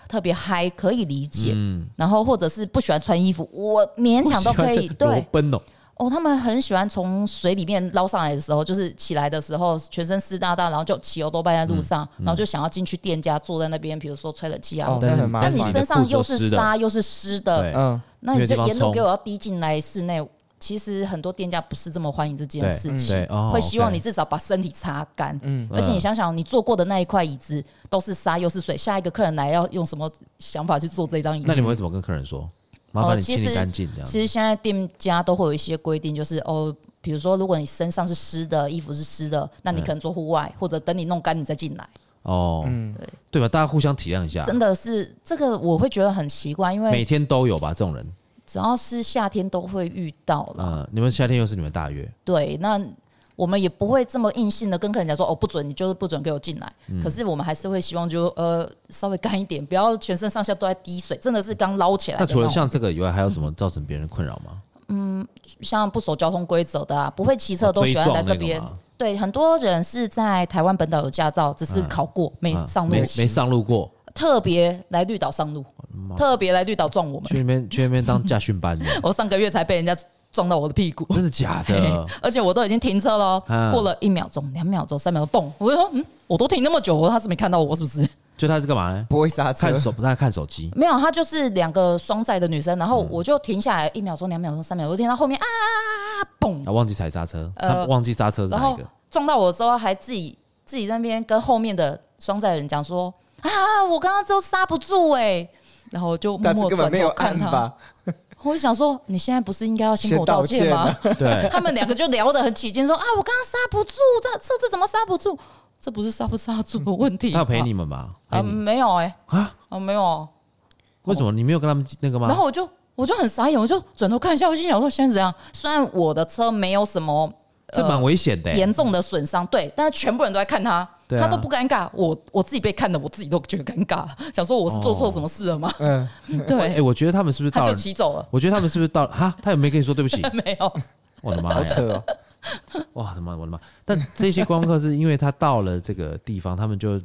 Speaker 3: 特别嗨，可以理解。然后或者是不喜欢穿衣服，我勉强都可以。
Speaker 1: 裸
Speaker 3: 对，
Speaker 1: 奔哦，
Speaker 3: 哦，他们很喜欢从水里面捞上来的时候，就是起来的时候全身湿哒哒，然后就汽油都败在
Speaker 1: 嗯
Speaker 3: 路上，然后就想要进去店家坐在那边，比如说吹冷气啊。
Speaker 2: 哦
Speaker 3: 对
Speaker 1: 但
Speaker 2: 那
Speaker 1: 是
Speaker 2: 很麻
Speaker 3: 但
Speaker 2: 烦
Speaker 3: 你
Speaker 1: 的
Speaker 3: 身上
Speaker 1: 裤子
Speaker 3: 又
Speaker 1: 都
Speaker 3: 是
Speaker 1: 湿的
Speaker 3: 沙又是湿的，
Speaker 1: 对
Speaker 2: 嗯，
Speaker 3: 那你
Speaker 1: 没有地
Speaker 3: 就
Speaker 1: 方
Speaker 3: 沿路
Speaker 1: 冲
Speaker 3: 给我要滴进来室内，其实很多店家不是这么欢迎这件事
Speaker 1: 对
Speaker 3: 情，
Speaker 1: 对哦，
Speaker 3: 会希望
Speaker 1: OK
Speaker 3: 你至少把身体擦干。
Speaker 2: 嗯
Speaker 3: 而且你想想，你坐过的那一块椅子都是沙又是水，下一个客人来要用什么想法去做这张椅子
Speaker 1: 那？你们会怎么跟客人说？麻
Speaker 3: 哦
Speaker 1: 烦你
Speaker 3: 其
Speaker 1: 清
Speaker 3: 实
Speaker 1: 理干净这样子。
Speaker 3: 其实现在店家都会有一些规定，就是哦，比如说如果你身上是湿的，衣服是湿的，那
Speaker 1: 嗯
Speaker 3: 你可能做户外，或者等你弄干你再进来。
Speaker 1: 哦，
Speaker 2: 对
Speaker 1: 对吧？大家互相体谅一下，
Speaker 3: 嗯真的是这个我会觉得很奇怪，因
Speaker 1: 啊每
Speaker 3: 为
Speaker 1: 天都有吧这种人。
Speaker 3: 只要是夏天都会遇到了。
Speaker 1: 嗯，你们夏天又是你们大月，
Speaker 3: 对，那我们也不会这么硬性的跟客人讲说哦，不准你就是不准给我进来。
Speaker 1: 嗯
Speaker 3: 可是我们还是会希望就呃稍微干一点，不要全身上下都在滴水，真的是刚捞起来的
Speaker 1: 那
Speaker 3: 那
Speaker 1: 除
Speaker 3: 种。
Speaker 1: 了像这个以外，还有什么造成别人困扰吗？
Speaker 3: 像不守交通规则的啊，不会骑车都
Speaker 1: 哦追
Speaker 3: 喜欢
Speaker 1: 撞
Speaker 3: 来
Speaker 1: 那啊
Speaker 3: 这
Speaker 1: 个
Speaker 3: 边。
Speaker 1: 吗？
Speaker 3: 对，很多人是在台湾本岛有驾照，只是考过、没
Speaker 1: 嗯
Speaker 3: 上路
Speaker 1: 没，没哦
Speaker 3: 骑
Speaker 1: 上路 过，
Speaker 3: 特别来绿岛上路，特别来绿岛撞 我们。
Speaker 1: 去那边去那边当驾训 班的，
Speaker 3: 我上个月才被人家撞到我的屁股，
Speaker 1: 真的假的？
Speaker 3: 而且我都已经停车了哦，
Speaker 1: 啊嗯
Speaker 3: 过了一秒钟、两秒钟、三秒钟，嘣！我就说，嗯，我都停那么久，我说他是没看到我是 不是？
Speaker 1: 就他是干嘛呢？
Speaker 2: 不会刹车
Speaker 1: 看，手，不太看手机。
Speaker 3: 没有，他就是两个双载的女生，然后
Speaker 1: 嗯
Speaker 3: 我就停下来一秒钟、两秒钟、三秒钟，我就听到后面啊，嘣！
Speaker 1: 啊，忘记踩刹车，
Speaker 3: 呃
Speaker 1: 他忘记刹车是
Speaker 3: 然
Speaker 1: 哪一
Speaker 3: 后
Speaker 1: 个？
Speaker 3: 撞到我之后，还自己自己在那边跟后面的双载人讲说：“啊，我刚刚都刹不住哎、 然后我就默
Speaker 2: 但是
Speaker 3: 默
Speaker 2: 根
Speaker 3: 转
Speaker 2: 本没有
Speaker 3: 头看
Speaker 2: 按
Speaker 3: 他，
Speaker 2: 吧？
Speaker 3: 我就想说：“你现在不是应该要先跟我道歉吗
Speaker 2: 先？”
Speaker 1: 对，
Speaker 3: 他们两个就聊得很起劲，说：“啊，我刚刚刹不住，这车子怎么刹不住？这不是刹不刹住的问题。”
Speaker 1: 他要陪你们吧？
Speaker 3: 啊？
Speaker 1: 陪
Speaker 3: 啊
Speaker 1: 你
Speaker 3: 没有哎、
Speaker 1: 啊？
Speaker 3: 啊，没有。
Speaker 1: 为什么你没有跟他们那个吗？
Speaker 3: 哦然后我就我就很傻眼，我就转头看一下，我心想说：“现在怎样？虽然我的车没有什么。”呃
Speaker 1: 这蛮危险的欸。
Speaker 3: 严重的损伤，对，但是全部人都在看他，
Speaker 1: 对啊
Speaker 3: 他都不尴尬，我我自己被看的，我自己都觉得尴尬， 想说我是做错什么事了吗？
Speaker 2: 嗯，
Speaker 1: 哎，
Speaker 3: 对，
Speaker 1: 我觉得他们是不是
Speaker 3: 他
Speaker 1: 到
Speaker 3: 就
Speaker 1: 了？
Speaker 3: 骑走了，
Speaker 1: 我觉得他们是不是到了？哈，他有没有跟你说对不起？
Speaker 3: 没有，
Speaker 1: 我的妈
Speaker 2: 好
Speaker 1: 呀！
Speaker 2: 扯哦，
Speaker 1: 哇，什么我的妈！但这些观光客是因为他到了这个地方，他们就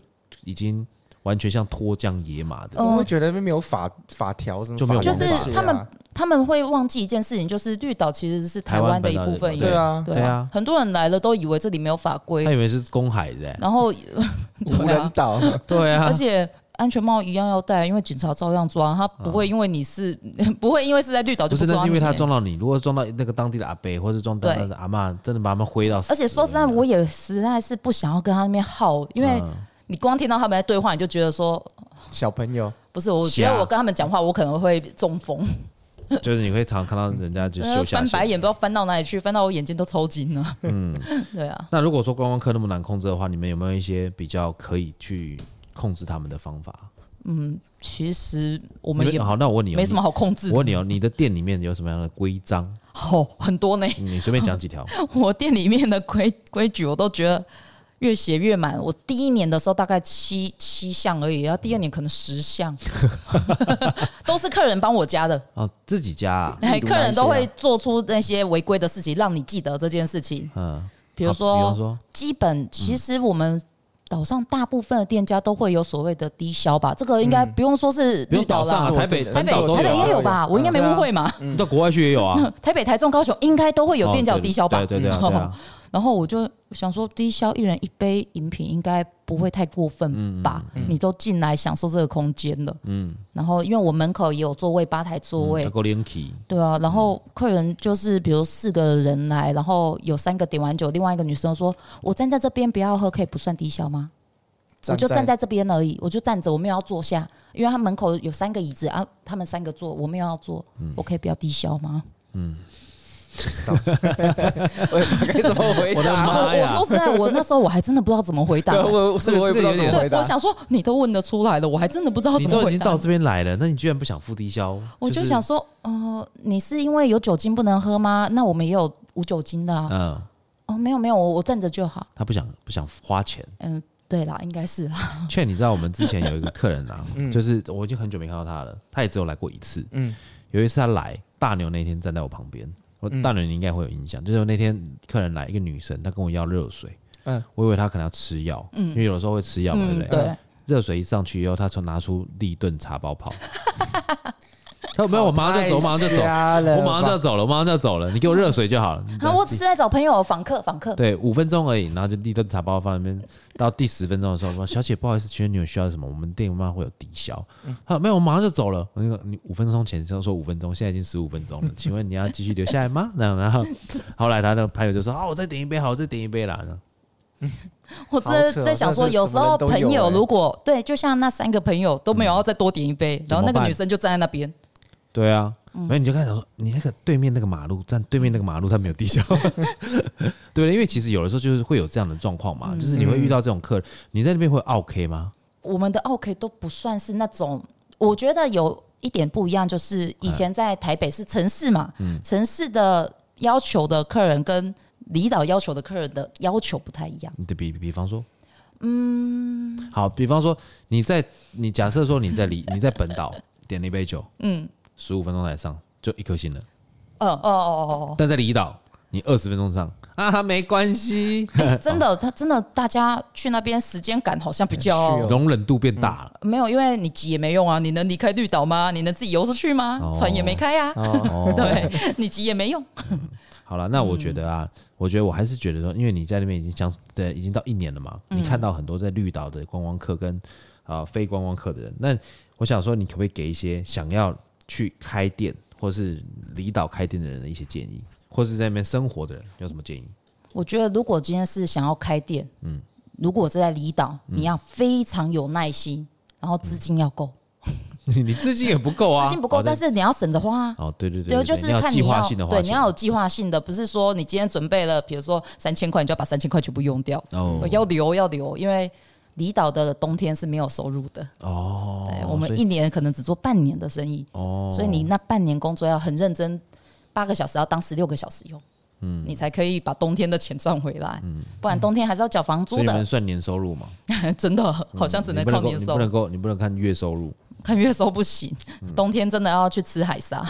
Speaker 1: 已经完全像脱缰野马的。
Speaker 3: 哦
Speaker 2: 我会觉得那边没有法法条什么
Speaker 1: 就没
Speaker 2: 法
Speaker 1: 有
Speaker 2: 律
Speaker 1: 就
Speaker 2: 那
Speaker 1: 是
Speaker 2: 些啊，
Speaker 3: 他们他们会忘记一件事情，就是绿岛其实是台湾的一部分，
Speaker 1: 台湾本岛的
Speaker 2: 对
Speaker 1: 一部
Speaker 2: 啊，
Speaker 3: 对
Speaker 1: 对
Speaker 3: 啊
Speaker 1: 啊，
Speaker 3: 很多人来了都以为这 里没有法规
Speaker 1: 他，以为是公海的欸、
Speaker 3: 然后
Speaker 2: 无
Speaker 3: 对
Speaker 2: 人
Speaker 3: 啊，
Speaker 2: 岛，
Speaker 1: 对啊
Speaker 3: 而，且。安全帽一样要戴，因为警察照样抓，他不会因为你是、 不会因为是在绿岛
Speaker 1: 不
Speaker 3: 就抓
Speaker 1: 是，那是因为
Speaker 3: 你
Speaker 1: 他
Speaker 3: 欸
Speaker 1: 撞到你。如果撞到那个当地的阿伯，或是撞到
Speaker 3: 对
Speaker 1: 那个阿嬷，真的把他们挥到死。
Speaker 3: 而且说实在，
Speaker 1: 跟你
Speaker 3: 我也实在是不想要跟他那边耗，因为
Speaker 1: 嗯
Speaker 3: 你光听到他们在对话，你就觉得说
Speaker 2: 小朋友，
Speaker 3: 不是，我觉
Speaker 1: 瞎
Speaker 3: 得我跟他们讲话，我可能会中风，
Speaker 1: 讲就是你会常常看到人家 就休下
Speaker 3: 呃
Speaker 1: 线
Speaker 3: 翻白眼，不知道翻到哪里去，翻到我眼睛都抽 筋了。嗯，对啊，
Speaker 1: 那如果说观光客那么难控制的话，你们有没有一些比较可以去控制他们的方法？
Speaker 3: 其实我
Speaker 1: 我
Speaker 3: 们也
Speaker 1: 好，那我问你哦，
Speaker 3: 没什么好控
Speaker 1: 你。
Speaker 3: 制
Speaker 1: 我 问
Speaker 3: 的，
Speaker 1: 你哦，你的店里面有什么样的规章？
Speaker 3: 好、很多呢。
Speaker 1: 你随便讲几条。
Speaker 3: 我店里面的规规矩我都觉得越写越满。我第一年的时候大概七七项而已，然后第二年可能十项， 都是客人帮我 加的。
Speaker 1: 哦，自己家、啊，
Speaker 2: 例如哪一
Speaker 3: 哎，
Speaker 2: 些啊
Speaker 3: 客人都会做出那些违规的事情，让你记得这件事情。
Speaker 1: 嗯，
Speaker 3: 比如
Speaker 1: 好比方
Speaker 3: 说，
Speaker 1: 说，
Speaker 3: 基本其实我们岛上大部分的店家都会有所谓的低消吧，这个应该不用说是
Speaker 1: 不用
Speaker 3: 绿岛
Speaker 1: 岛上啊
Speaker 3: 啦，
Speaker 1: 台北
Speaker 2: 对
Speaker 3: 台
Speaker 1: 本
Speaker 3: 北
Speaker 1: 岛都
Speaker 3: 台北
Speaker 1: 有啊
Speaker 3: 应该有
Speaker 2: 嗯
Speaker 3: 吧？我应该没误会嘛。
Speaker 1: 你到国外去也有啊，
Speaker 3: 台北、台中、高雄应该都会 有店家有
Speaker 1: 哦对
Speaker 3: 低消吧？
Speaker 1: 对对对啊对啊，
Speaker 3: 然后我就想说，低消一人一杯饮品应该不会太过分吧？你都进来享受这个空间了，嗯。然后因为我门口也有座位，吧台座位，
Speaker 1: 够 linky，
Speaker 3: 对啊。然后
Speaker 1: 嗯
Speaker 3: 客人就是比如四个人来，然后有三个点完酒，另外一个女生说：“我站在这边不要喝，可以不算低消吗？”我就站在这边而已，我就站着，我没有要坐下，因为他门口有三个椅子啊，他们三个坐，我没有要坐，
Speaker 1: 嗯
Speaker 3: 我可以不要低消吗？
Speaker 2: 我也不知道该怎么回
Speaker 1: 我的
Speaker 2: 答。
Speaker 1: 妈
Speaker 3: 我
Speaker 1: 哎呀
Speaker 3: 说！实在，我那时候我还真的不知道怎么 回答。
Speaker 2: 对啊我我是我也不知道怎么回
Speaker 3: 对，
Speaker 2: 答。
Speaker 3: 我想说你都问得出来了，我还真的不知道
Speaker 1: 你
Speaker 3: 哦怎么
Speaker 1: 都已
Speaker 3: 回
Speaker 1: 经到
Speaker 3: 答。
Speaker 1: 这边来了，那你居然不想付低消？
Speaker 3: 我就想，说，呃，你是因为有酒精不能喝吗？那我们也有无酒精的啊。
Speaker 1: 嗯，
Speaker 3: 哦，没有没有，我我站着就好。
Speaker 1: 他不想不想花钱。
Speaker 3: 嗯，对啦，应该是啊。
Speaker 1: 劝你知道我们之前有一个客人啊，就是我已经很久没看到他了，他也只有来过一次。
Speaker 2: 嗯
Speaker 1: 有一次他来，大牛那天站在我旁边，我大牛你应该会有印象，就是那天客人来一个女生，她跟我要热水，
Speaker 2: 嗯
Speaker 1: 我以为她可能要吃药，因为有的时候会吃药嘛，对
Speaker 3: 嗯
Speaker 1: 不，对？啊
Speaker 3: 对，
Speaker 1: 热水一上去以后，他从拿出立顿茶包泡。他说没有，我马上就走，我马上就走，
Speaker 2: 走
Speaker 1: 我马上就走了，我马上就走了。你给我热水就好了。你
Speaker 3: 啊，我只是在找朋友访客访 客。
Speaker 1: 对，五分钟而已，然后就立顿茶包放在那边。到第十分钟的时候，我说：“小姐，不好意思，请问你有需要什么？我们店有没有会有抵消？”他说：“没有，我马上就走了。”我那个你五分钟前说五分钟，现在已经十五分钟了，请问你要继续留下来吗？然后，然后后来他的朋友就说：“啊，我再点一杯，好，我再点一杯啦。
Speaker 3: 我
Speaker 2: 好
Speaker 3: 真
Speaker 2: 扯
Speaker 3: 的
Speaker 2: 哦
Speaker 3: 在想
Speaker 2: 真
Speaker 3: 说，
Speaker 2: 是
Speaker 3: 有
Speaker 2: 什
Speaker 3: 时
Speaker 2: 么人
Speaker 3: 候
Speaker 2: 都
Speaker 3: 朋
Speaker 2: 有
Speaker 3: 友
Speaker 2: 欸
Speaker 3: 如果对，就像那三个朋友都没有要再多点一杯，然后那
Speaker 1: 嗯怎么
Speaker 3: 个
Speaker 1: 办
Speaker 3: 女生就站在那边，”
Speaker 1: 对啊，然后你就看想说，你那个对面那个马路站对面那个马路，它没有抵消，对，因为其实有的时候就是会有这样的状况嘛，就是你会遇到这种客人，你在那边会 OK 吗？
Speaker 3: 我们的 OK 都不算是那种，我觉得有一点不一样，就是以
Speaker 1: 嗯
Speaker 3: 前在台北是城市嘛，城市的要求的客人跟离岛要求的客人的要求不太一样。
Speaker 1: 你的比比方说，嗯，好，比方说你在你假设说你在离你在本岛点了一杯酒，嗯，十五分钟才上就一颗星了，
Speaker 3: 嗯，哦哦哦
Speaker 1: 但在离岛你二十分钟上啊，没关系，
Speaker 3: 哦，哎真的，他真的，大家去那边时间感好像比
Speaker 2: 是
Speaker 3: 较
Speaker 2: 哦。
Speaker 1: 容忍度变大了。
Speaker 3: 没有，因为你急也没用啊！你能离开绿岛吗？你能自己游出去吗？
Speaker 1: 哦
Speaker 3: 船也没开啊，
Speaker 1: 哦，
Speaker 3: 对你急也没用。
Speaker 1: 好了，那我觉得啊，我觉得我还是觉得说，因为你在那边已经相对已经到一年了嘛，你看到很多在绿岛的观光客跟啊、呃非观光客的人，那我想说，你可不可以给一些想要去开店或是离岛开店的人的一些建议，或是在那边生活的人有什么建议？
Speaker 3: 我觉得如果今天是想要开店，嗯，如果是在离岛，
Speaker 1: 嗯
Speaker 3: 你要非常有耐心，然后资金要够，
Speaker 1: 嗯你资金也不够啊，
Speaker 3: 资金不够，
Speaker 1: 哦对
Speaker 3: 但是你要省着花啊。
Speaker 1: 哦，对对对
Speaker 3: 对，
Speaker 1: 对，
Speaker 3: 就是
Speaker 1: 你要
Speaker 3: 看
Speaker 1: 计
Speaker 3: 你
Speaker 1: 划
Speaker 3: 要
Speaker 1: 性的花
Speaker 3: 对，
Speaker 1: 钱，
Speaker 3: 你要有计划性的，不是说你今天准备了，比如说三千块，你就要把三千块全部用掉，
Speaker 1: 哦
Speaker 3: 要留要留，因为离岛的冬天是没有收入的，
Speaker 1: 哦，
Speaker 3: 对我们
Speaker 1: 所以
Speaker 3: 一年可能只做半年的生意，
Speaker 1: 哦，
Speaker 3: 所以你那半年工作要很认真，八个小时要当十六个小时用，嗯，你才可以把冬天的钱赚回来，不然冬天还是要缴房
Speaker 1: 嗯所
Speaker 3: 租
Speaker 1: 以你
Speaker 3: 的
Speaker 1: 们。算年收入嘛？
Speaker 3: 真的好像只能靠
Speaker 1: 你
Speaker 3: 年
Speaker 1: 不
Speaker 3: 收
Speaker 1: 能，嗯够，你不能看月收入。
Speaker 3: 看月收不行。冬天真的要去吃海沙。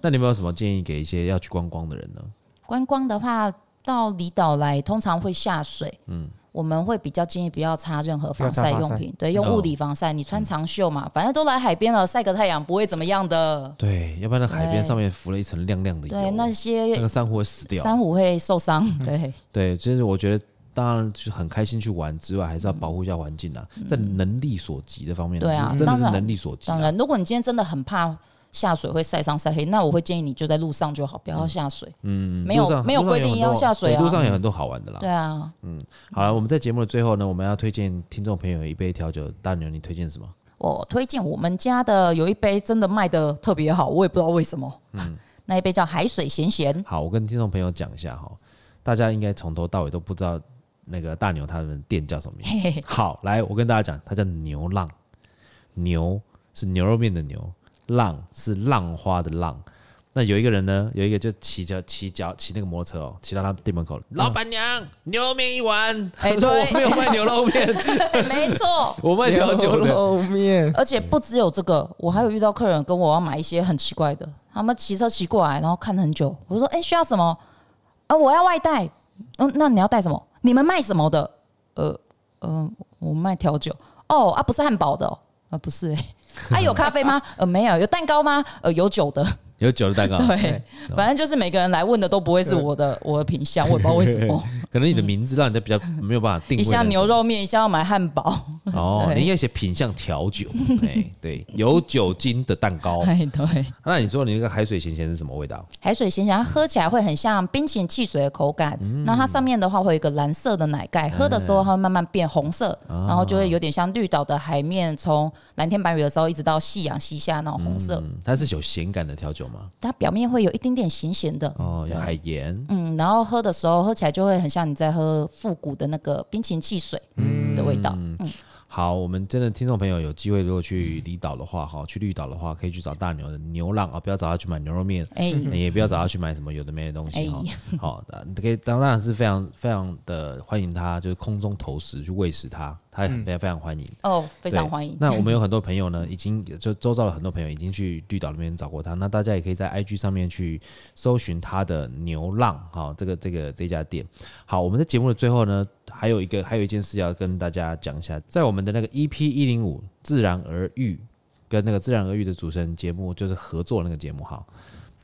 Speaker 1: 那你有没有什么建议给一些要去观光的人呢？
Speaker 3: 观光的话，到离岛来通常会下水，嗯，我们会比较建议不要擦任何防晒用品，对，
Speaker 1: 哦
Speaker 3: 用物理防晒。你穿长袖
Speaker 1: 嗯
Speaker 3: 嘛，反正都来海边了，晒个太阳不会怎么样的。
Speaker 1: 对，要不然那海边
Speaker 3: 对
Speaker 1: 上面浮了一层亮亮的油，
Speaker 3: 对，那
Speaker 1: 哎那
Speaker 3: 些
Speaker 1: 个珊瑚会死掉。
Speaker 3: 珊瑚会受伤，对，
Speaker 1: 对，就是我觉得当然是很开心去玩之外，还是要保护一下环境啊，在能力所及的方面，
Speaker 3: 嗯对啊
Speaker 1: 就是真的是
Speaker 3: 当然
Speaker 1: 能力所及啊、
Speaker 3: 当然，如果你今天真的很怕下水会晒伤晒黑，那我会建议你就在路上就好，不要下水。
Speaker 1: 嗯
Speaker 3: 没有
Speaker 1: 路上
Speaker 3: 没有
Speaker 1: 路上
Speaker 3: 规定
Speaker 1: 很多
Speaker 3: 要下水啊
Speaker 1: 对路上有很多好玩的啦。
Speaker 3: 对啊，
Speaker 1: 好了，我们在节目的最后呢，我们要推荐听众朋友一杯调酒，大牛你推荐什么？
Speaker 3: 我推荐我们家的有一杯真的卖的特别好，我也不知道为什么。那一杯叫海水咸咸，
Speaker 1: 好，我跟听众朋友讲一下哈，大家应该从头到尾都不知道那个大牛他们店叫什么名字。
Speaker 3: 嘿嘿，
Speaker 1: 好，来，我跟大家讲，它叫牛浪，牛是牛肉面的牛，浪是浪花的浪。那有一个人呢，有一个就骑着骑脚骑那个摩托车哦，骑到他店门口，老板娘，牛肉面一碗。
Speaker 3: 嗯哎
Speaker 1: 他说 我
Speaker 3: 对
Speaker 1: 没有卖牛肉面，
Speaker 3: 哎没错。
Speaker 1: 我卖 调酒 的。
Speaker 2: 肉面，
Speaker 3: 而且不只有这个，我还有遇到客人跟我要买一些很奇怪的，他们骑车骑过来，然后看很久，我说：“哎、需要什么？啊，我要外带。嗯，那你要带什么？你们卖什么的？呃，嗯、我卖调酒。哦，啊，不是汉堡的、哦，啊，不是、欸， 啊，有咖啡 吗？呃，没有。有蛋糕吗？呃，有酒的。
Speaker 1: 有酒的蛋糕， 啊
Speaker 3: 对，反正就是每个人来问的都不会是我的我的品相，我也不知道为 什么。
Speaker 1: 可能你的名字让人家比较没有办法定位。
Speaker 3: 一下牛肉面，一下要买汉堡，
Speaker 1: 哦，
Speaker 3: 对
Speaker 1: 你应该写品相调酒， 哎，对，有酒精的蛋糕。
Speaker 3: 哎，对。
Speaker 1: 那你说你那个海水咸咸是什么味道？
Speaker 3: 海水咸咸，它喝起来会很像冰淇淋汽水的口感。
Speaker 2: 嗯
Speaker 3: 那它上面的话会有一个蓝色的奶盖，喝的时候它会慢慢变红色，
Speaker 2: 嗯
Speaker 3: 然后就会有点像绿岛的海面，从蓝天白云的时候一直到夕阳西下那种红色。
Speaker 1: 嗯，它是有咸感的调酒吗？
Speaker 3: 它表面会有一点点咸咸的，
Speaker 1: 哦，有海盐。
Speaker 3: 嗯，然后喝的时候喝起来就会很像你在喝复古的那个冰淇淋汽水的味道。
Speaker 2: 嗯
Speaker 1: 好，我们真的听众朋友有机会，如果去离岛的话，哈，去绿岛的话，可以去找大牛的牛浪啊，不要找他去买牛肉面，
Speaker 3: 哎、
Speaker 1: 也不要找他去买什么有的没的东西哈。好，那你可以当然是非常非常的欢迎他，就是空中投食去喂食他，他也
Speaker 3: 嗯
Speaker 1: 很非常非常欢迎。
Speaker 3: 哦，非常
Speaker 1: 对
Speaker 3: 欢迎。
Speaker 1: 那我们有很多朋友呢，已经就周遭的很多朋友已经去绿岛那边找过他。那大家也可以在 IG 上面去搜寻他的牛浪哈、这个这个这家店。好，我们在节目的最后呢，还有一个还有一件事要跟大家讲一下，在我们的那个 EP 一零五自然而愈跟那个自然而愈的主持人节目就是合作那个节目哈，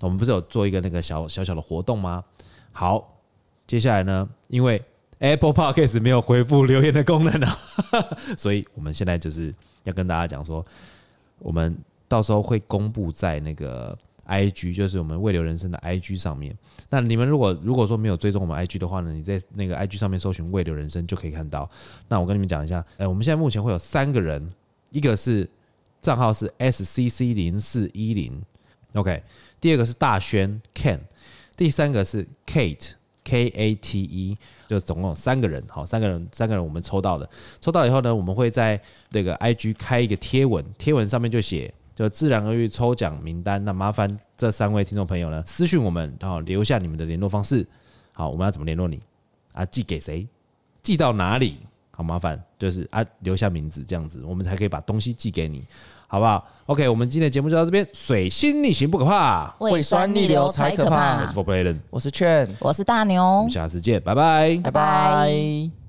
Speaker 1: 我们不是有做一个那个小小小的活动吗？好，接下来呢，因为 Apple Podcast 没有回复留言的功能啊，所以我们现在就是要跟大家讲说，我们到时候会公布在那个 IG，就是我们未流人生的 IG 上面。那你们如果如果说没有追踪我们 IG 的话呢，你在那个 IG 上面搜寻“未流人生”就可以看到。那我跟你们讲一下，呃，我们现在目前会有三个人，一个是账号是 SCC 零四一零，OK，第二个是大轩 Ken，第三个是 Kate。K A T E，就总共有三个人，好，三个人，三个人我们抽到的，抽到以后呢，我们会在那个 IG 开一个贴文，贴文上面就写就自然而愈抽奖名单，那麻烦这三位听众朋友呢私讯我们，然后留下你们的联络方式。好，我们要怎么联络你啊？寄给谁？寄到哪里？好麻烦，就是啊留下名字这样子，我们才可以把东西寄给你，好不好？OK，我们今天的节目就到这边，水星逆行不可怕，
Speaker 2: 胃酸逆流才可怕
Speaker 1: 我是 For b r a d e n
Speaker 2: 我是劝，
Speaker 3: 我是大
Speaker 1: 我
Speaker 3: 牛
Speaker 1: 们，下次见，拜拜。
Speaker 3: 拜拜
Speaker 2: 拜